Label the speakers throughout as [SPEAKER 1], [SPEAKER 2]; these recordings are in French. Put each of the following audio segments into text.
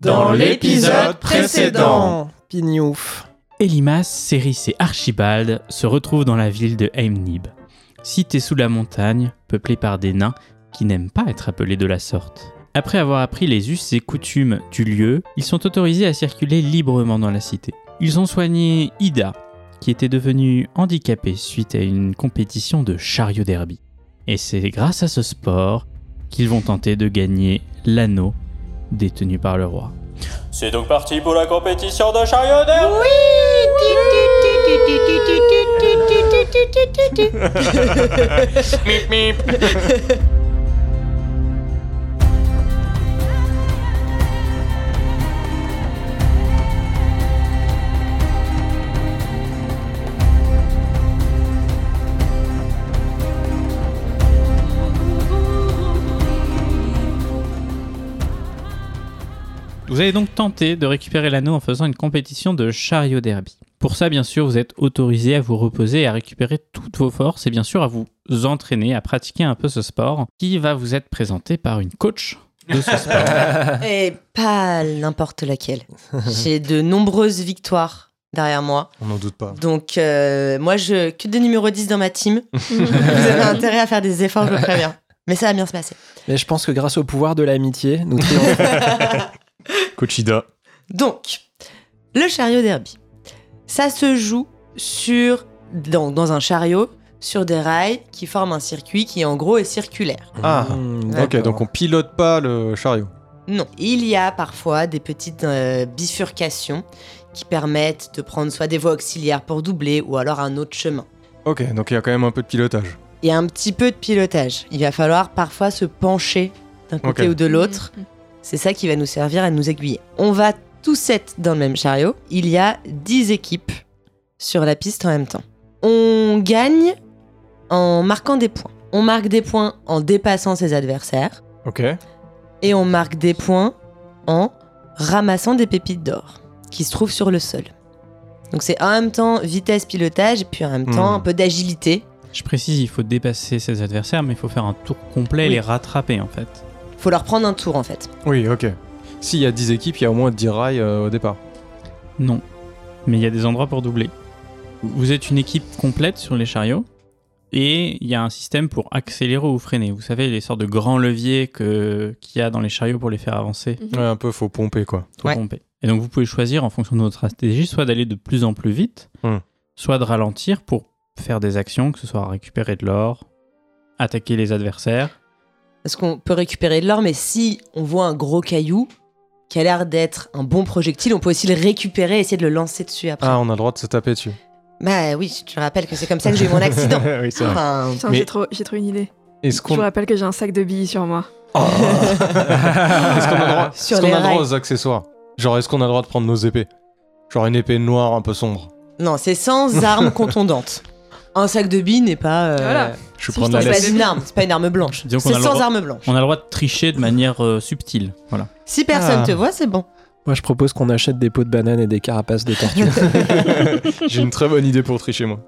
[SPEAKER 1] Dans l'épisode précédent, Pignouf.
[SPEAKER 2] Elimas, Céris et Archibald se retrouvent dans la ville de Heimnib, cité sous la montagne, peuplée par des nains qui n'aiment pas être appelés de la sorte. Après avoir appris les us et coutumes du lieu, ils sont autorisés à circuler librement dans la cité. Ils ont soigné Ida, qui était devenue handicapée suite à une compétition de chariot derby. Et c'est grâce à ce sport qu'ils vont tenter de gagner l'anneau détenu par le roi.
[SPEAKER 3] C'est donc parti pour la compétition de chariotaire
[SPEAKER 2] Vous allez donc tenter de récupérer l'anneau en faisant une compétition de chariot derby. Pour ça, bien sûr, vous êtes autorisé à vous reposer et à récupérer toutes vos forces et bien sûr à vous entraîner, à pratiquer un peu ce sport qui va vous être présenté par une coach de ce sport.
[SPEAKER 4] Et pas Eh, n'importe laquelle. J'ai de nombreuses victoires derrière moi.
[SPEAKER 5] On n'en doute pas.
[SPEAKER 4] Donc, euh, moi, je que des numéros 10 dans ma team. Vous avez intérêt à faire des efforts, je vous préviens. Mais ça va bien se passer.
[SPEAKER 1] Mais je pense que grâce au pouvoir de l'amitié, nous triompherons.
[SPEAKER 5] Coachida.
[SPEAKER 4] Donc, le chariot derby. Ça se joue sur, dans, dans un chariot sur des rails qui forment un circuit qui, en gros, est circulaire.
[SPEAKER 5] Ah,
[SPEAKER 1] Hmm,
[SPEAKER 5] ok,
[SPEAKER 1] d'accord.
[SPEAKER 5] donc on pilote pas le chariot.
[SPEAKER 4] Non. Il y a parfois des petites euh, bifurcations qui permettent de prendre soit des voies auxiliaires pour doubler ou alors un autre chemin.
[SPEAKER 5] Ok, donc il y a quand même un peu de pilotage.
[SPEAKER 4] Il y a un petit peu de pilotage. Il va falloir parfois se pencher d'un côté
[SPEAKER 5] Ok.
[SPEAKER 4] ou de l'autre. C'est ça qui va nous servir à nous aiguiller. On va tous être dans le même chariot. Il y a 10 équipes sur la piste en même temps. On gagne en marquant des points. On marque des points en dépassant ses adversaires
[SPEAKER 5] Ok.
[SPEAKER 4] et on marque des points en ramassant des pépites d'or qui se trouvent sur le sol. Donc c'est en même temps vitesse pilotage et puis en même temps
[SPEAKER 5] Hmm.
[SPEAKER 4] un peu d'agilité.
[SPEAKER 2] Je précise, il faut dépasser ses adversaires, mais il faut faire un tour complet et les rattraper en fait.
[SPEAKER 4] Faut leur prendre un tour en fait.
[SPEAKER 5] Oui, ok. S'il y a 10 équipes, il y a au moins 10 rails euh, au départ.
[SPEAKER 2] Non, mais il y a des endroits pour doubler. Vous êtes une équipe complète sur les chariots et il y a un système pour accélérer ou freiner. Vous savez, les sortes de grands leviers que- qu'il y a dans les chariots pour les faire avancer.
[SPEAKER 5] Ouais, un peu, faut pomper quoi.
[SPEAKER 2] faut
[SPEAKER 4] Ouais.
[SPEAKER 2] pomper. Et donc vous pouvez choisir en fonction de votre stratégie, soit d'aller de plus en plus vite,
[SPEAKER 5] Hmm.
[SPEAKER 2] soit de ralentir pour faire des actions, que ce soit récupérer de l'or, attaquer les adversaires.
[SPEAKER 4] Parce qu'on peut récupérer de l'or, mais si on voit un gros caillou qui a l'air d'être un bon projectile, on peut aussi le récupérer et essayer de le lancer dessus après.
[SPEAKER 5] Ah, on a le droit de se taper dessus.
[SPEAKER 4] Bah oui, je te rappelle que c'est comme ça que j'ai eu mon accident.
[SPEAKER 5] oui, c'est vrai.
[SPEAKER 4] Enfin,
[SPEAKER 6] Putain,
[SPEAKER 5] Mais-
[SPEAKER 6] j'ai trop, j'ai trop une idée.
[SPEAKER 5] Est-ce
[SPEAKER 6] Je vous
[SPEAKER 5] qu'on Ah.
[SPEAKER 6] rappelle que j'ai un sac de billes sur moi.
[SPEAKER 5] est-ce qu'on a le droit,
[SPEAKER 4] Sur
[SPEAKER 5] est-ce qu'on
[SPEAKER 4] les
[SPEAKER 5] a le droit
[SPEAKER 4] rails.
[SPEAKER 5] aux accessoires Genre, est-ce qu'on a le droit de prendre nos épées Genre une épée noire un peu sombre.
[SPEAKER 4] non, c'est sans armes contondantes. Un sac de billes n'est pas, euh,
[SPEAKER 6] Voilà.
[SPEAKER 5] Je vais
[SPEAKER 6] Si,
[SPEAKER 5] prendre
[SPEAKER 6] je
[SPEAKER 5] la
[SPEAKER 4] c'est
[SPEAKER 6] t'en
[SPEAKER 4] pas
[SPEAKER 5] laisse.
[SPEAKER 6] laisse.
[SPEAKER 4] une arme, c'est pas une arme blanche.
[SPEAKER 2] Disons qu'on a
[SPEAKER 4] c'est
[SPEAKER 2] le
[SPEAKER 4] sans
[SPEAKER 2] droit-
[SPEAKER 4] arme blanche.
[SPEAKER 2] On a le droit de tricher de manière euh, subtile. Voilà.
[SPEAKER 4] Si personne
[SPEAKER 5] Ah.
[SPEAKER 4] te voit, c'est bon.
[SPEAKER 1] Moi, je propose qu'on achète des pots de bananes et des carapaces de tortues.
[SPEAKER 5] J'ai une très bonne idée pour tricher moi.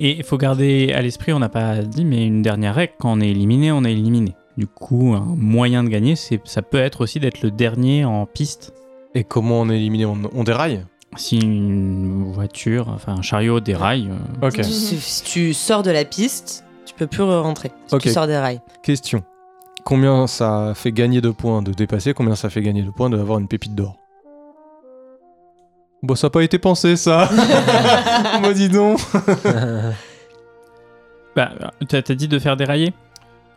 [SPEAKER 2] Et il faut garder à l'esprit, on n'a pas dit, mais une dernière règle, quand on est éliminé, on est éliminé. Du coup, un moyen de gagner, c'est, ça peut être aussi d'être le dernier en piste.
[SPEAKER 5] Et comment on est éliminé on, on déraille
[SPEAKER 2] Si une voiture, enfin un chariot déraille, euh,
[SPEAKER 5] Ok.
[SPEAKER 6] Mhm.
[SPEAKER 4] Si, si tu sors de la piste, tu peux plus rentrer. Si
[SPEAKER 5] Ok.
[SPEAKER 4] tu sors des rails.
[SPEAKER 5] Question. Combien ça fait gagner de points de dépasser Combien ça fait gagner de points d'avoir une pépite d'or Bon, ça n'a pas été pensé, ça Moi, dis donc
[SPEAKER 2] bah, t'as, t'as dit de faire dérailler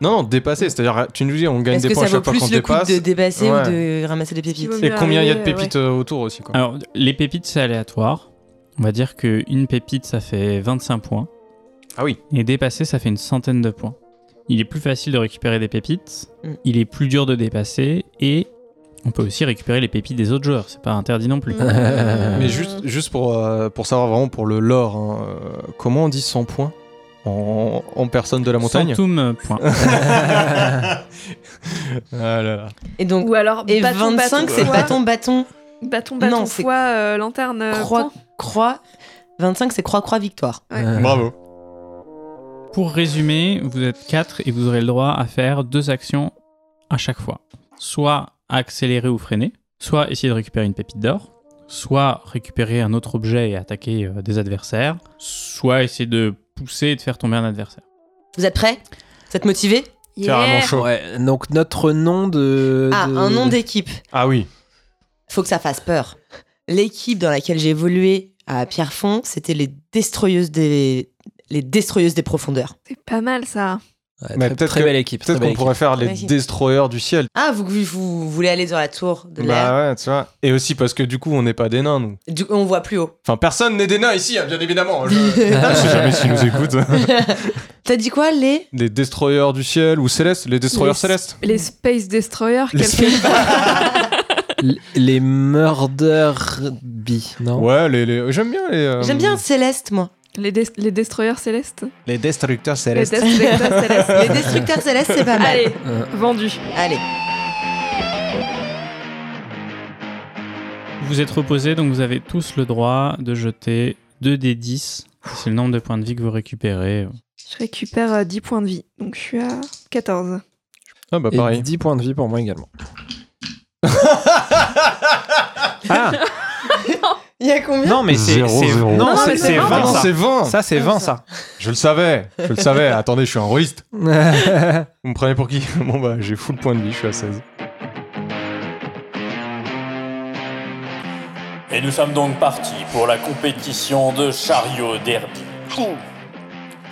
[SPEAKER 5] Non, non, dépasser, c'est-à-dire, tu nous dis, on gagne
[SPEAKER 4] Est-ce
[SPEAKER 5] des
[SPEAKER 4] que
[SPEAKER 5] points
[SPEAKER 4] ça
[SPEAKER 5] à chaque
[SPEAKER 4] vaut
[SPEAKER 5] fois qu'on
[SPEAKER 4] plus le coup
[SPEAKER 5] dépasse.
[SPEAKER 4] de dépasser ou
[SPEAKER 5] Ouais.
[SPEAKER 4] de ramasser des pépites
[SPEAKER 6] Si vous-
[SPEAKER 5] Et combien il y a de
[SPEAKER 6] Arriver,
[SPEAKER 5] pépites euh, autour aussi, quoi.
[SPEAKER 2] Alors, les pépites, c'est aléatoire. On va dire qu'une pépite, ça fait 25 points.
[SPEAKER 5] Ah oui.
[SPEAKER 2] Et dépasser, ça fait une centaine de points. Il est plus facile de récupérer des pépites.
[SPEAKER 4] Mm.
[SPEAKER 2] Il est plus dur de dépasser. Et on peut aussi récupérer les pépites des autres joueurs. C'est pas interdit non plus.
[SPEAKER 5] Mm. Mais juste, juste pour, euh, pour savoir vraiment pour le lore, hein, euh, comment on dit 100 points en, en personne de la montagne
[SPEAKER 2] Centum, euh, point.
[SPEAKER 5] Ah là là.
[SPEAKER 4] Et donc,
[SPEAKER 6] Ou alors,
[SPEAKER 4] et
[SPEAKER 6] bâton,
[SPEAKER 4] 25, c'est
[SPEAKER 6] fois,
[SPEAKER 4] bâton, bâton,
[SPEAKER 6] Bâton,
[SPEAKER 4] Non,
[SPEAKER 6] bâton,
[SPEAKER 4] c'est-
[SPEAKER 6] fois, euh, lanterne, euh,
[SPEAKER 4] croix,
[SPEAKER 6] point.
[SPEAKER 4] croix. 25, c'est croix, croix, victoire.
[SPEAKER 5] Bravo.
[SPEAKER 2] Pour résumer, vous êtes quatre et vous aurez le droit à faire deux actions à chaque fois. Soit accélérer ou freiner, soit essayer de récupérer une pépite d'or, soit récupérer un autre objet et attaquer euh, des adversaires, soit essayer de pousser et de faire tomber un adversaire.
[SPEAKER 4] Vous êtes prêts Vous êtes motivés
[SPEAKER 5] Carrément
[SPEAKER 6] Yeah.
[SPEAKER 5] chaud.
[SPEAKER 1] Ouais, donc notre nom
[SPEAKER 5] Euh,
[SPEAKER 1] de.
[SPEAKER 4] Ah,
[SPEAKER 1] de-
[SPEAKER 4] un nom d'équipe.
[SPEAKER 5] Ah oui.
[SPEAKER 4] Faut que ça fasse peur. L'équipe dans laquelle j'ai évolué à Pierrefonds, c'était les destroyeuses des les destroyeuses des profondeurs.
[SPEAKER 6] C'est pas mal ça.
[SPEAKER 1] Ouais,
[SPEAKER 5] Mais
[SPEAKER 1] très,
[SPEAKER 5] peut-être
[SPEAKER 1] très
[SPEAKER 5] que-
[SPEAKER 1] belle équipe.
[SPEAKER 5] Peut-être
[SPEAKER 1] très
[SPEAKER 5] qu'on
[SPEAKER 1] belle
[SPEAKER 5] pourrait faire les
[SPEAKER 4] Vas-y.
[SPEAKER 5] destroyers du ciel.
[SPEAKER 4] Ah, vous, vous, vous voulez aller dans la tour de l'air
[SPEAKER 5] Bah ouais, tu vois. Et aussi parce que du coup, on n'est pas des nains, nous.
[SPEAKER 4] Du- On voit plus haut.
[SPEAKER 5] Enfin, personne n'est des nains ici, hein, bien évidemment. Je je sais jamais s'ils nous écoutent.
[SPEAKER 4] T'as dit quoi, les
[SPEAKER 5] les destroyers du ciel ou célestes Les destroyers
[SPEAKER 6] Les-
[SPEAKER 5] célestes
[SPEAKER 6] Les Space Destroyers,
[SPEAKER 5] Les
[SPEAKER 6] quel film
[SPEAKER 1] équipe. L- Les Murder Bee, non
[SPEAKER 5] Ouais, les, les- j'aime bien les. euh,
[SPEAKER 4] J'aime bien Céleste, moi.
[SPEAKER 6] les, des- les Destroyers Célestes
[SPEAKER 5] Les destructeurs
[SPEAKER 6] Les
[SPEAKER 5] célestes.
[SPEAKER 6] Destructeurs Célestes.
[SPEAKER 4] Les destructeurs célestes, c'est pas mal.
[SPEAKER 6] Allez,
[SPEAKER 1] Euh.
[SPEAKER 6] vendu.
[SPEAKER 4] Allez.
[SPEAKER 2] Vous êtes reposés, donc vous avez tous le droit de jeter 2 des 10. C'est le nombre de points de vie que vous récupérez.
[SPEAKER 6] Je récupère euh, 10 points de vie, donc je suis à 14.
[SPEAKER 5] Ah bah
[SPEAKER 1] Et
[SPEAKER 5] pareil.
[SPEAKER 1] 10 points de vie pour moi également. ah
[SPEAKER 4] Il y a combien
[SPEAKER 1] non mais c'est
[SPEAKER 5] Zéro,
[SPEAKER 1] c'est-
[SPEAKER 5] zéro.
[SPEAKER 1] non
[SPEAKER 6] Non,
[SPEAKER 1] c'est
[SPEAKER 6] mais
[SPEAKER 1] c'est
[SPEAKER 6] c'est
[SPEAKER 5] Ah
[SPEAKER 6] vingt,
[SPEAKER 1] 20
[SPEAKER 5] non,
[SPEAKER 1] ça.
[SPEAKER 5] c'est 20
[SPEAKER 1] Ça c'est 20 ça.
[SPEAKER 5] Je le savais, je le savais. Attendez, je suis un rôiste.
[SPEAKER 1] Moi
[SPEAKER 5] Vous me prenez pour qui Bon bah, j'ai full point de vie, je suis à 16.
[SPEAKER 3] Et nous sommes donc partis pour la compétition de chariots derby.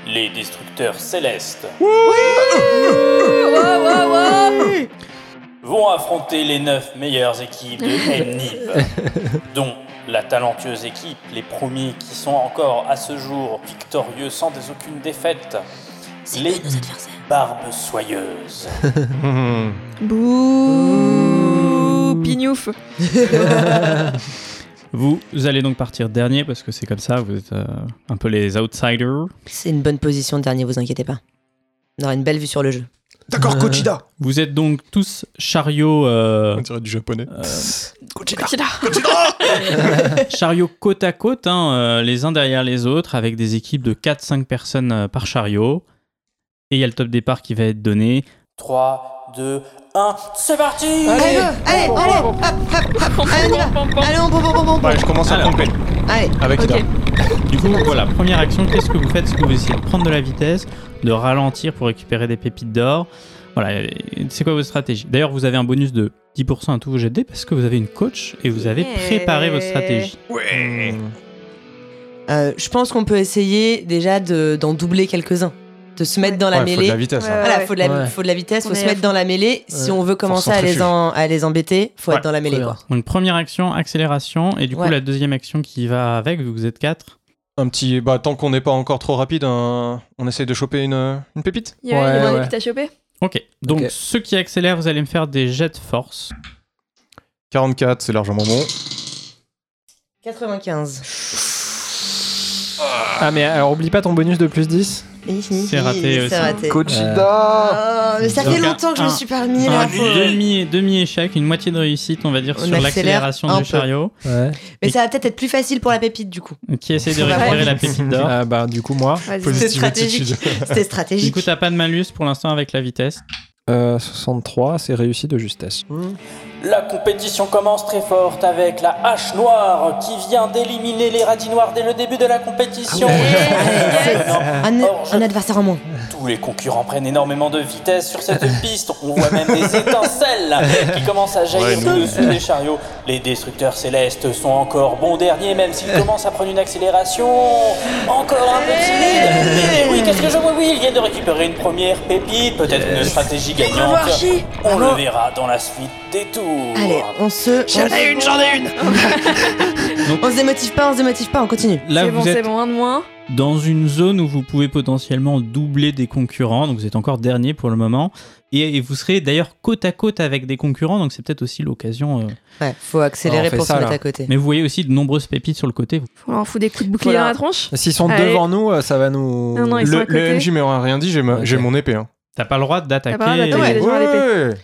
[SPEAKER 3] Les destructeurs célestes vont affronter les 9 meilleures équipes de MNIB, dont la talentueuse équipe, les promis qui sont encore à ce jour victorieux sans des- aucune défaite, les barbes soyeuses.
[SPEAKER 5] Hmm.
[SPEAKER 6] Bouh Pignouf
[SPEAKER 2] Vous allez donc partir dernier parce que c'est comme ça, vous êtes euh, un peu les outsiders.
[SPEAKER 4] C'est une bonne position de dernier, vous inquiétez pas. On aura une belle vue sur le jeu.
[SPEAKER 5] D'accord, Kochida
[SPEAKER 2] Vous êtes donc tous chariots, euh,
[SPEAKER 5] On dirait du japonais.
[SPEAKER 2] euh,
[SPEAKER 6] Kira.
[SPEAKER 2] chariots côte à côte, hein, euh, les uns derrière les autres, avec des équipes de 4-5 personnes euh, par chariot. Et il y a le top départ qui va être donné.
[SPEAKER 3] 3, 2, 1, c'est parti
[SPEAKER 4] Allez, allez, allez, hop, hop, hop, allez, on y va. Allez, on bon, bon, bon, bon, bon.
[SPEAKER 5] Ouais, je commence à
[SPEAKER 2] Alors.
[SPEAKER 5] pomper
[SPEAKER 4] Allez,
[SPEAKER 5] avec
[SPEAKER 6] Ok.
[SPEAKER 5] Ida.
[SPEAKER 2] Du coup, voilà, première action, qu'est-ce que vous faites Est-ce que vous essayez de prendre de la vitesse, de ralentir pour récupérer des pépites d'or Voilà, et c'est quoi votre stratégie D'ailleurs, vous avez un bonus de 10% à tous vos jets de dés parce que vous avez une coach et vous avez préparé votre stratégie.
[SPEAKER 5] Hmm.
[SPEAKER 4] Euh, je pense qu'on peut essayer déjà de- d'en doubler quelques-uns. De se mettre dans la
[SPEAKER 5] Ouais, faut de
[SPEAKER 4] mêlée.
[SPEAKER 5] la vitesse. hein.
[SPEAKER 6] Ouais.
[SPEAKER 4] Voilà, faut de la,
[SPEAKER 1] Ouais.
[SPEAKER 4] faut de la vitesse,
[SPEAKER 6] On
[SPEAKER 4] faut se
[SPEAKER 6] est à
[SPEAKER 4] mettre dans la mêlée. Si on veut commencer à les,
[SPEAKER 5] centrifuge.
[SPEAKER 4] en- à les embêter, faut
[SPEAKER 2] Ouais,
[SPEAKER 4] être dans la mêlée. Quoi.
[SPEAKER 2] Donc première action, accélération, et du coup
[SPEAKER 4] Ouais.
[SPEAKER 2] la deuxième action qui va avec, vu que vous êtes quatre.
[SPEAKER 5] Un petit. Bah, tant qu'on n'est pas encore trop rapide, un- on essaye de choper une, une pépite.
[SPEAKER 6] Il y a il y a
[SPEAKER 1] Ouais,
[SPEAKER 6] un
[SPEAKER 1] ouais.
[SPEAKER 6] habit à choper
[SPEAKER 2] Ok, donc
[SPEAKER 1] Ok.
[SPEAKER 2] ceux qui accélèrent, vous allez me faire des jets de force.
[SPEAKER 5] 44, c'est largement bon.
[SPEAKER 4] 95.
[SPEAKER 1] Ah mais alors oublie pas ton bonus de plus 10.
[SPEAKER 2] C'est raté aussi.
[SPEAKER 4] C'est raté.
[SPEAKER 5] Kochida
[SPEAKER 4] Oh, mais ça
[SPEAKER 2] Donc
[SPEAKER 4] fait
[SPEAKER 2] un-
[SPEAKER 4] longtemps que je
[SPEAKER 2] un-
[SPEAKER 4] me suis pas remis
[SPEAKER 2] Un
[SPEAKER 4] là. faut-
[SPEAKER 2] demi, demi-échec, une moitié de réussite, on va dire,
[SPEAKER 4] On
[SPEAKER 2] sur
[SPEAKER 4] accélère
[SPEAKER 2] l'accélération
[SPEAKER 4] un
[SPEAKER 2] du
[SPEAKER 4] peu.
[SPEAKER 2] chariot,
[SPEAKER 1] Euh, Ouais.
[SPEAKER 4] Mais ça va peut-être être plus facile pour la pépite du coup.
[SPEAKER 2] qui essaie de
[SPEAKER 4] On va
[SPEAKER 2] récupérer
[SPEAKER 4] voir.
[SPEAKER 2] la pépite d'or.
[SPEAKER 1] Ah bah du coup moi.
[SPEAKER 6] Vas-y.
[SPEAKER 4] Positif.
[SPEAKER 5] Positive
[SPEAKER 4] stratégique.
[SPEAKER 5] attitude.
[SPEAKER 4] C'était
[SPEAKER 2] Du
[SPEAKER 4] stratégique.
[SPEAKER 2] coup, t'as pas de malus pour l'instant avec la vitesse.
[SPEAKER 1] Euh, 63, c'est réussi de justesse.
[SPEAKER 5] Mmh.
[SPEAKER 3] La compétition commence très forte avec la hache noire qui vient d'éliminer les radis noirs dès le début de la compétition.
[SPEAKER 4] Ah Un,
[SPEAKER 3] Or, je-
[SPEAKER 4] un adversaire en moins.
[SPEAKER 3] Tous les concurrents prennent énormément de vitesse sur cette piste. On voit même des étincelles qui commencent à jaillir du dessous des chariots. Les destructeurs célestes sont encore bons derniers, même s'ils commencent à prendre une accélération. Encore un petit
[SPEAKER 4] Eh.
[SPEAKER 3] lead. Mais oui, qu'est-ce que je vois Oui, il vient de récupérer une première pépite, peut-être
[SPEAKER 4] Euh,
[SPEAKER 3] une stratégie gagnante. On le verra dans la suite des tours.
[SPEAKER 4] Allez, on se. J'en ai une, j'en ai une On se démotive pas, on se démotive pas, on continue.
[SPEAKER 2] Là,
[SPEAKER 6] C'est
[SPEAKER 2] vous
[SPEAKER 6] bon, c'est
[SPEAKER 2] êtes
[SPEAKER 6] bon, un de moins.
[SPEAKER 2] dans une zone où vous pouvez potentiellement doubler des concurrents, donc vous êtes encore dernier pour le moment, et, et vous serez d'ailleurs côte à côte avec des concurrents, donc c'est peut-être aussi l'occasion. euh.
[SPEAKER 4] Ouais, faut accélérer
[SPEAKER 1] On fait
[SPEAKER 4] pour se
[SPEAKER 1] ça,
[SPEAKER 4] mettre
[SPEAKER 1] là.
[SPEAKER 4] à côté.
[SPEAKER 2] Mais vous voyez aussi de nombreuses pépites sur le côté. Vous-
[SPEAKER 6] Faut leur foutre des coups de bouclier
[SPEAKER 4] Voilà.
[SPEAKER 6] dans la tronche.
[SPEAKER 1] S'ils sont
[SPEAKER 6] Allez.
[SPEAKER 1] devant nous, euh, ça va nous.
[SPEAKER 6] Non, non, ils sont
[SPEAKER 5] Le,
[SPEAKER 6] à
[SPEAKER 5] le
[SPEAKER 6] côté.
[SPEAKER 5] MJ m'aura rien dit, j'ai ma-
[SPEAKER 1] Ok.
[SPEAKER 5] j'ai mon épée. hein.
[SPEAKER 2] T'as pas le droit d'attaquer.
[SPEAKER 6] T'as pas le droit d'attaquer.
[SPEAKER 2] et-
[SPEAKER 6] les gens à l'épée.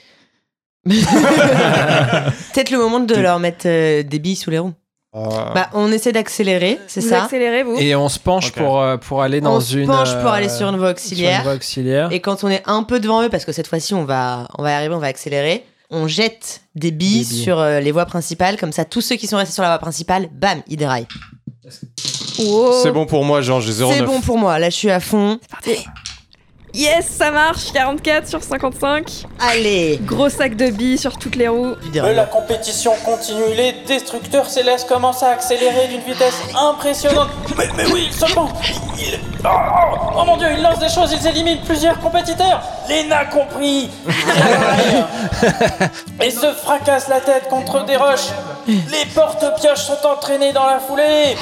[SPEAKER 4] Peut-être le moment de leur mettre euh, des billes sous les roues.
[SPEAKER 6] Ah.
[SPEAKER 5] Euh,
[SPEAKER 4] Bah, on essaie d'accélérer, c'est
[SPEAKER 6] Vous
[SPEAKER 4] ça.
[SPEAKER 6] accélérez, vous.
[SPEAKER 1] Et on se penche
[SPEAKER 5] Ok.
[SPEAKER 1] pour, euh, pour aller dans
[SPEAKER 4] on se
[SPEAKER 1] une.
[SPEAKER 4] penche pour
[SPEAKER 1] euh,
[SPEAKER 4] aller sur une voie
[SPEAKER 1] sur une
[SPEAKER 4] auxiliaire.
[SPEAKER 1] voie auxiliaire.
[SPEAKER 4] Et quand on est un peu devant eux, parce que cette fois-ci on va, on va y arriver, on va accélérer, on jette des billes,
[SPEAKER 1] Des billes.
[SPEAKER 4] sur euh, les voies principales, comme ça tous ceux qui sont restés sur la voie principale, bam, ils déraillent.
[SPEAKER 6] Wow.
[SPEAKER 5] C'est bon pour moi, Jean, j'ai 09.
[SPEAKER 4] C'est bon pour moi, là je suis à fond.
[SPEAKER 6] Yes, ça marche 44 sur 55.
[SPEAKER 4] Allez,
[SPEAKER 6] Gros sac de billes sur toutes les roues.
[SPEAKER 4] tu
[SPEAKER 3] Euh,
[SPEAKER 4] dérailles.
[SPEAKER 3] La compétition continue, les destructeurs célestes commencent à accélérer d'une vitesse impressionnante. Mais, mais oui, seulement, ils... Oh, oh, oh mon dieu, ils lancent des choses, ils éliminent plusieurs compétiteurs, Lena compris Et se fracassent la tête contre des roches. Les porte-pioches sont entraînés dans la foulée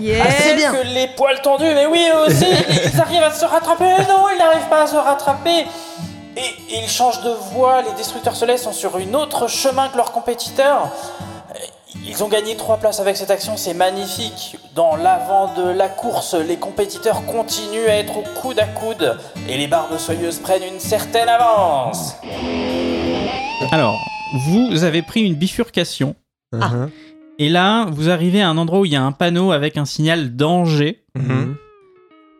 [SPEAKER 6] Yes.
[SPEAKER 4] Ah, c'est bien.
[SPEAKER 3] que les poils tendus, mais oui, eux aussi, ils arrivent à se rattraper. Non, ils n'arrivent pas à se rattraper. Et ils changent de voie. Les destructeurs célestes sont sur une autre chemin que leurs compétiteurs. Euh, Ils ont gagné trois places avec cette action, c'est magnifique. Dans l'avant de la course, les compétiteurs continuent à être au coude à coude et les barbes soyeuses prennent une certaine avance.
[SPEAKER 2] Alors, vous avez pris une bifurcation.
[SPEAKER 4] Ah.
[SPEAKER 1] Mhm.
[SPEAKER 2] Et là, vous arrivez à un endroit où il y a un panneau avec un signal danger
[SPEAKER 1] Mmh.
[SPEAKER 5] Mhm.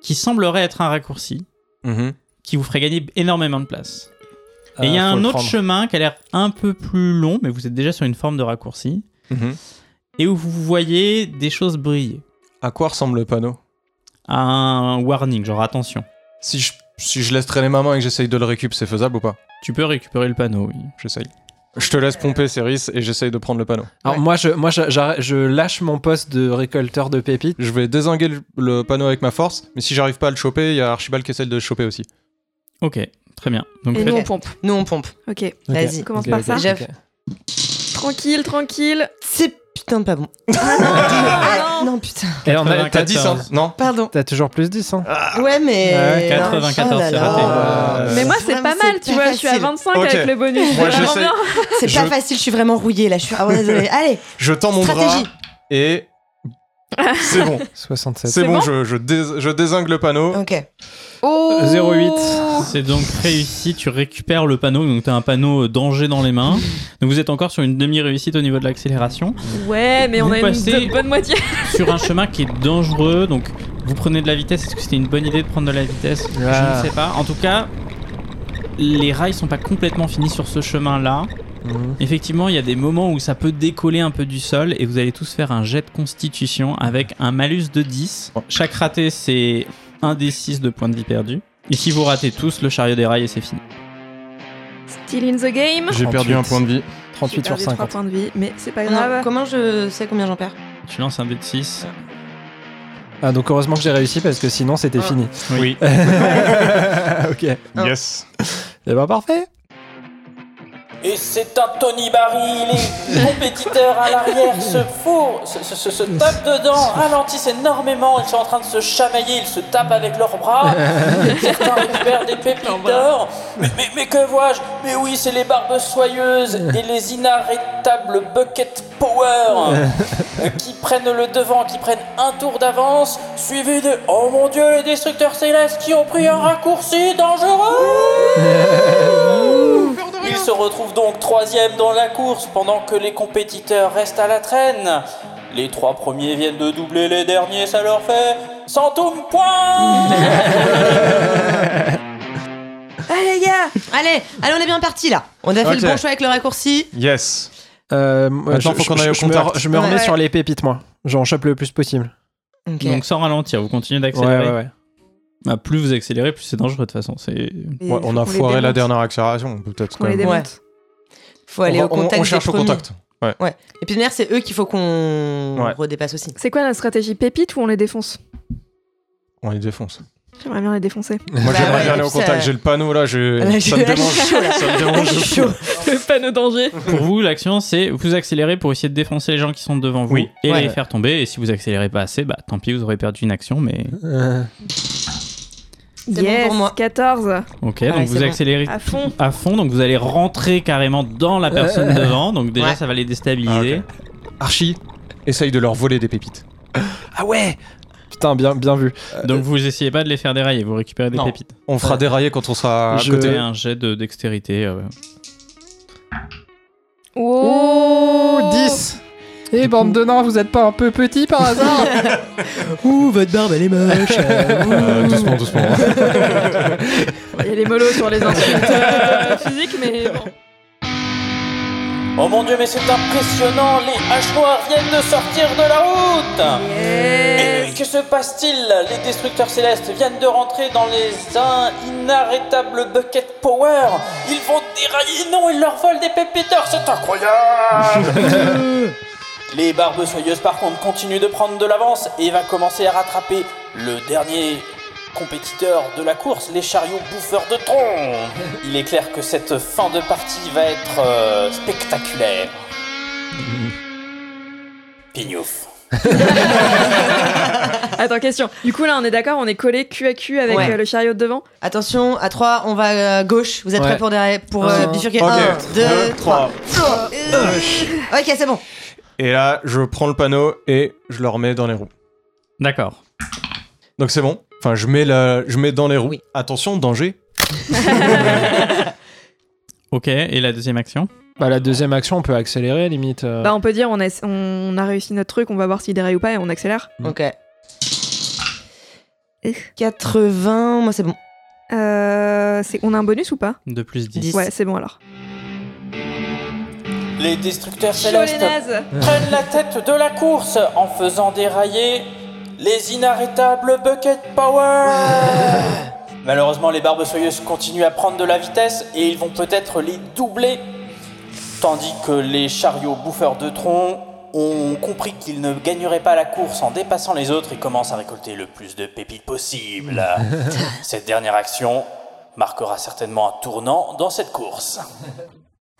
[SPEAKER 2] qui semblerait être un raccourci
[SPEAKER 5] Mhm.
[SPEAKER 2] qui vous ferait gagner énormément de place. Et il y a
[SPEAKER 1] Ah, faut
[SPEAKER 2] un
[SPEAKER 1] le
[SPEAKER 2] autre
[SPEAKER 1] prendre.
[SPEAKER 2] chemin qui a l'air un peu plus long, mais vous êtes déjà sur une forme de raccourci
[SPEAKER 5] Mhm.
[SPEAKER 2] et où vous voyez des choses briller.
[SPEAKER 5] À quoi ressemble le panneau
[SPEAKER 2] Un warning, genre attention.
[SPEAKER 5] si je, si je laisse traîner ma main et que j'essaye de le récup, c'est faisable ou pas
[SPEAKER 2] Tu peux récupérer le panneau, oui.
[SPEAKER 5] J'essaye. Je te laisse pomper, Céris, et j'essaye de prendre le panneau.
[SPEAKER 1] Alors moi, je, moi je, j'arrête- je lâche mon poste de récolteur de pépites.
[SPEAKER 5] Je vais désinguer le, le panneau avec ma force, mais si j'arrive pas à le choper, il y a Archibald qui essaye de le choper aussi.
[SPEAKER 2] Ok, très bien. Donc
[SPEAKER 6] Et
[SPEAKER 2] faites-
[SPEAKER 6] nous on pompe.
[SPEAKER 4] Nous on pompe,
[SPEAKER 6] Ok.
[SPEAKER 1] Ok.
[SPEAKER 4] vas-y.
[SPEAKER 6] On commence
[SPEAKER 1] Ok,
[SPEAKER 6] par
[SPEAKER 1] ok,
[SPEAKER 6] ça.
[SPEAKER 1] ok.
[SPEAKER 6] Tranquille, tranquille.
[SPEAKER 4] C'est putain de pas bon.
[SPEAKER 6] Ah
[SPEAKER 4] Ah,
[SPEAKER 6] non.
[SPEAKER 4] non, putain.
[SPEAKER 1] Et on a,
[SPEAKER 2] 94.
[SPEAKER 1] t'as 10, hein
[SPEAKER 5] Non
[SPEAKER 4] Pardon.
[SPEAKER 1] T'as toujours plus 10, hein
[SPEAKER 4] Ouais, mais. oh
[SPEAKER 1] Ouais,
[SPEAKER 2] 94,
[SPEAKER 4] là
[SPEAKER 2] c'est
[SPEAKER 4] là.
[SPEAKER 5] raté.
[SPEAKER 6] Mais moi
[SPEAKER 4] Ouais,
[SPEAKER 6] c'est
[SPEAKER 4] mais
[SPEAKER 6] pas
[SPEAKER 4] c'est
[SPEAKER 6] mal, tu
[SPEAKER 4] pas
[SPEAKER 6] vois, je suis à
[SPEAKER 4] facile.
[SPEAKER 6] 25
[SPEAKER 5] Ok.
[SPEAKER 6] avec le bonus.
[SPEAKER 5] Moi,
[SPEAKER 6] C'est vraiment
[SPEAKER 5] j'essaie.
[SPEAKER 6] bien.
[SPEAKER 4] C'est pas
[SPEAKER 5] Je-
[SPEAKER 4] facile, je suis vraiment rouillée là. Je suis. Ah, ouais, désolée. Allez,
[SPEAKER 5] Je tends mon
[SPEAKER 4] stratégie.
[SPEAKER 5] bras et. C'est bon,
[SPEAKER 1] 67.
[SPEAKER 5] c'est
[SPEAKER 6] C'est
[SPEAKER 5] bon,
[SPEAKER 6] bon
[SPEAKER 5] je, je, dés- je désingue le panneau.
[SPEAKER 4] Ok.
[SPEAKER 6] Oh
[SPEAKER 1] 08.
[SPEAKER 2] C'est donc réussi, tu récupères le panneau, donc tu as un panneau euh, danger dans les mains. Donc vous êtes encore sur une demi-réussite au niveau de l'accélération,
[SPEAKER 6] Ouais, mais on
[SPEAKER 2] Vous
[SPEAKER 6] a
[SPEAKER 2] passez-
[SPEAKER 6] une bonne moitié.
[SPEAKER 2] sur un chemin qui est dangereux, donc vous prenez de la vitesse, est-ce que c'était une bonne idée de prendre de la vitesse Je
[SPEAKER 1] Ah.
[SPEAKER 2] ne sais pas. En tout cas, les rails sont pas complètement finis sur ce chemin-là.
[SPEAKER 1] Mhm.
[SPEAKER 2] Effectivement, il y a des moments où ça peut décoller un peu du sol et vous allez tous faire un jet de constitution avec un malus de 10. Chaque raté, c'est un des 6 de points de vie perdus. Et si vous ratez tous, le chariot déraille et c'est fini.
[SPEAKER 6] Still in the game.
[SPEAKER 5] J'ai perdu un point de vie.
[SPEAKER 1] 38 sur
[SPEAKER 6] 3
[SPEAKER 1] 50.
[SPEAKER 6] points de vie, mais c'est pas
[SPEAKER 4] Non,
[SPEAKER 6] grave.
[SPEAKER 4] comment je sais combien j'en perds
[SPEAKER 2] Tu lances un dé de 6.
[SPEAKER 1] Ah, donc heureusement que j'ai réussi parce que sinon c'était
[SPEAKER 4] Ah.
[SPEAKER 1] fini.
[SPEAKER 2] Oui.
[SPEAKER 5] Ah,
[SPEAKER 1] ok. Et
[SPEAKER 4] Un.
[SPEAKER 5] Yes.
[SPEAKER 1] bah parfait.
[SPEAKER 3] Et c'est un Tony Barry, les compétiteurs à l'arrière se fourrent, se, se- se- se tapent dedans, ralentissent énormément, ils sont en train de se chamailler, ils se tapent avec leurs bras, certains récupèrent des pépites d'or, mais, mais- mais que vois-je Mais oui, c'est les barbes soyeuses et les inarrêtables Bucket Power euh, qui prennent le devant, qui prennent un tour d'avance, suivi de « Oh mon Dieu, les destructeurs célestes qui ont pris un raccourci dangereux !» Ils se retrouvent donc troisième dans la course pendant que les compétiteurs restent à la traîne. Les trois premiers viennent de doubler les derniers, ça leur fait centum point
[SPEAKER 4] Allez, les gars Allez, allez, on est bien parti là. On a fait
[SPEAKER 5] Ok.
[SPEAKER 4] le bon choix avec le raccourci.
[SPEAKER 5] Yes.
[SPEAKER 1] Euh,
[SPEAKER 5] Attends, faut qu'on aille au
[SPEAKER 1] me,
[SPEAKER 5] contact.
[SPEAKER 1] re- je me remets
[SPEAKER 4] Ouais.
[SPEAKER 1] sur les pépites, moi. J'en chope le plus possible.
[SPEAKER 4] Ok.
[SPEAKER 2] Donc sans ralentir, vous continuez
[SPEAKER 1] Ouais,
[SPEAKER 2] d'accélérer.
[SPEAKER 1] ouais, ouais.
[SPEAKER 2] Bah, plus vous accélérez, plus c'est dangereux de toute façon. C'est
[SPEAKER 6] Et
[SPEAKER 5] Ouais, on a
[SPEAKER 6] faut qu'on les
[SPEAKER 5] foiré la
[SPEAKER 6] démonte.
[SPEAKER 5] dernière accélération, peut-être.
[SPEAKER 6] On
[SPEAKER 5] quand
[SPEAKER 6] les
[SPEAKER 5] même.
[SPEAKER 4] Ouais.
[SPEAKER 6] démonte.
[SPEAKER 4] faut
[SPEAKER 5] On
[SPEAKER 4] aller
[SPEAKER 5] va-
[SPEAKER 4] au contact.
[SPEAKER 5] on- on
[SPEAKER 4] des
[SPEAKER 5] cherche le
[SPEAKER 4] premiers.
[SPEAKER 5] contact.
[SPEAKER 4] Et puis de manière, c'est eux qu'il faut qu'on
[SPEAKER 5] Ouais.
[SPEAKER 4] redépasse aussi.
[SPEAKER 6] C'est quoi la stratégie pépite ou on les défonce
[SPEAKER 5] On les défonce.
[SPEAKER 6] J'aimerais bien les défoncer.
[SPEAKER 5] Moi,
[SPEAKER 4] Bah
[SPEAKER 5] j'aimerais
[SPEAKER 4] ouais,
[SPEAKER 5] bien aller au
[SPEAKER 4] ça- Bah,
[SPEAKER 5] contact. J'ai le panneau là, j'ai-
[SPEAKER 4] Là, Ah, je-
[SPEAKER 5] ça me
[SPEAKER 4] là, je
[SPEAKER 5] dérange.
[SPEAKER 4] suis chaud, là.
[SPEAKER 5] Ça me
[SPEAKER 4] Ah, je
[SPEAKER 5] dérange.
[SPEAKER 4] suis chaud.
[SPEAKER 6] Le panneau danger.
[SPEAKER 2] pour vous l'action, c'est vous accélérez pour essayer de défoncer les gens qui sont devant vous
[SPEAKER 5] Oui.
[SPEAKER 2] et
[SPEAKER 1] Ouais.
[SPEAKER 2] les faire tomber. Et si vous accélérez pas assez, bah tant pis, vous aurez perdu une action. Mais
[SPEAKER 1] Euh,
[SPEAKER 4] bon
[SPEAKER 6] Yes,
[SPEAKER 4] pour moi.
[SPEAKER 6] 14.
[SPEAKER 2] ok,
[SPEAKER 4] Ouais,
[SPEAKER 2] donc
[SPEAKER 4] c'est
[SPEAKER 2] vous
[SPEAKER 4] bon.
[SPEAKER 2] accélérez
[SPEAKER 6] À fond.
[SPEAKER 2] à fond, donc vous allez rentrer carrément dans la personne devant. Donc déjà,
[SPEAKER 4] Ouais.
[SPEAKER 2] ça va les déstabiliser.
[SPEAKER 5] Archie, essaye de leur voler des pépites.
[SPEAKER 1] Ah ouais Putain, bien, bien vu.
[SPEAKER 2] Donc vous essayez pas de les faire dérailler, vous récupérez des
[SPEAKER 5] Non.
[SPEAKER 2] pépites.
[SPEAKER 5] On fera
[SPEAKER 1] Ouais.
[SPEAKER 5] dérailler quand on sera à
[SPEAKER 1] Je-
[SPEAKER 5] côté.
[SPEAKER 2] Faites un jet de dextérité. euh.
[SPEAKER 6] Oh,
[SPEAKER 1] Et bande de nains, vous êtes pas un peu petit par hasard Ouh, votre barbe elle est moche
[SPEAKER 5] Euh, doucement, doucement.
[SPEAKER 6] Il y a les mollos sur les insultes euh, physiques, mais bon.
[SPEAKER 3] Oh mon dieu, mais c'est impressionnant Les hachoirs viennent de sortir de la route Et que se passe-t-il Les destructeurs célestes viennent de rentrer dans les in- inarrêtables bucket power Ils vont dérailler Non, ils leur volent des pépites d'or C'est incroyable Les barbes soyeuses, par contre, continuent de prendre de l'avance et va commencer à rattraper le dernier compétiteur de la course, les chariots bouffeurs de tronc. Il est clair que cette fin de partie va être euh, spectaculaire. Pignouf.
[SPEAKER 6] Attends, question. Du coup, là, on est d'accord, on est collé cul à cul avec
[SPEAKER 4] Ouais.
[SPEAKER 6] euh, le chariot de devant.
[SPEAKER 4] Attention, à 3, on va à gauche. Vous êtes
[SPEAKER 1] Ouais.
[SPEAKER 4] prêts pour, derrière, pour euh,
[SPEAKER 6] Un,
[SPEAKER 4] bifurquer
[SPEAKER 5] Ok.
[SPEAKER 4] 1,
[SPEAKER 5] Deux,
[SPEAKER 4] 2, 3.
[SPEAKER 5] trois.
[SPEAKER 4] Ok, c'est bon.
[SPEAKER 5] Et là, je prends le panneau et je le remets dans les roues.
[SPEAKER 2] D'accord.
[SPEAKER 5] Donc c'est bon. Enfin, je mets, la... je mets dans les roues.
[SPEAKER 4] Oui.
[SPEAKER 5] Attention, danger.
[SPEAKER 2] Ok, et la deuxième action
[SPEAKER 1] Bah, la deuxième action, on peut accélérer limite. euh.
[SPEAKER 6] Bah, on peut dire, on a, on a réussi notre truc, on va voir s'il déraille ou pas et on accélère.
[SPEAKER 5] Mm.
[SPEAKER 4] Ok. 80, moi c'est bon.
[SPEAKER 6] Euh, c'est- on a un bonus ou pas
[SPEAKER 2] De plus 10.
[SPEAKER 4] Dix.
[SPEAKER 6] Ouais, c'est bon alors.
[SPEAKER 3] Les destructeurs
[SPEAKER 6] Chaud les
[SPEAKER 3] célestes
[SPEAKER 6] nazes
[SPEAKER 3] prennent la tête de la course en faisant dérailler les inarrêtables Bucket Power. Malheureusement, les barbes soyeuses continuent à prendre de la vitesse et ils vont peut-être les doubler. Tandis que les chariots bouffeurs de tronc ont compris qu'ils ne gagneraient pas la course en dépassant les autres et commencent à récolter le plus de pépites possible. cette dernière action marquera certainement un tournant dans cette course.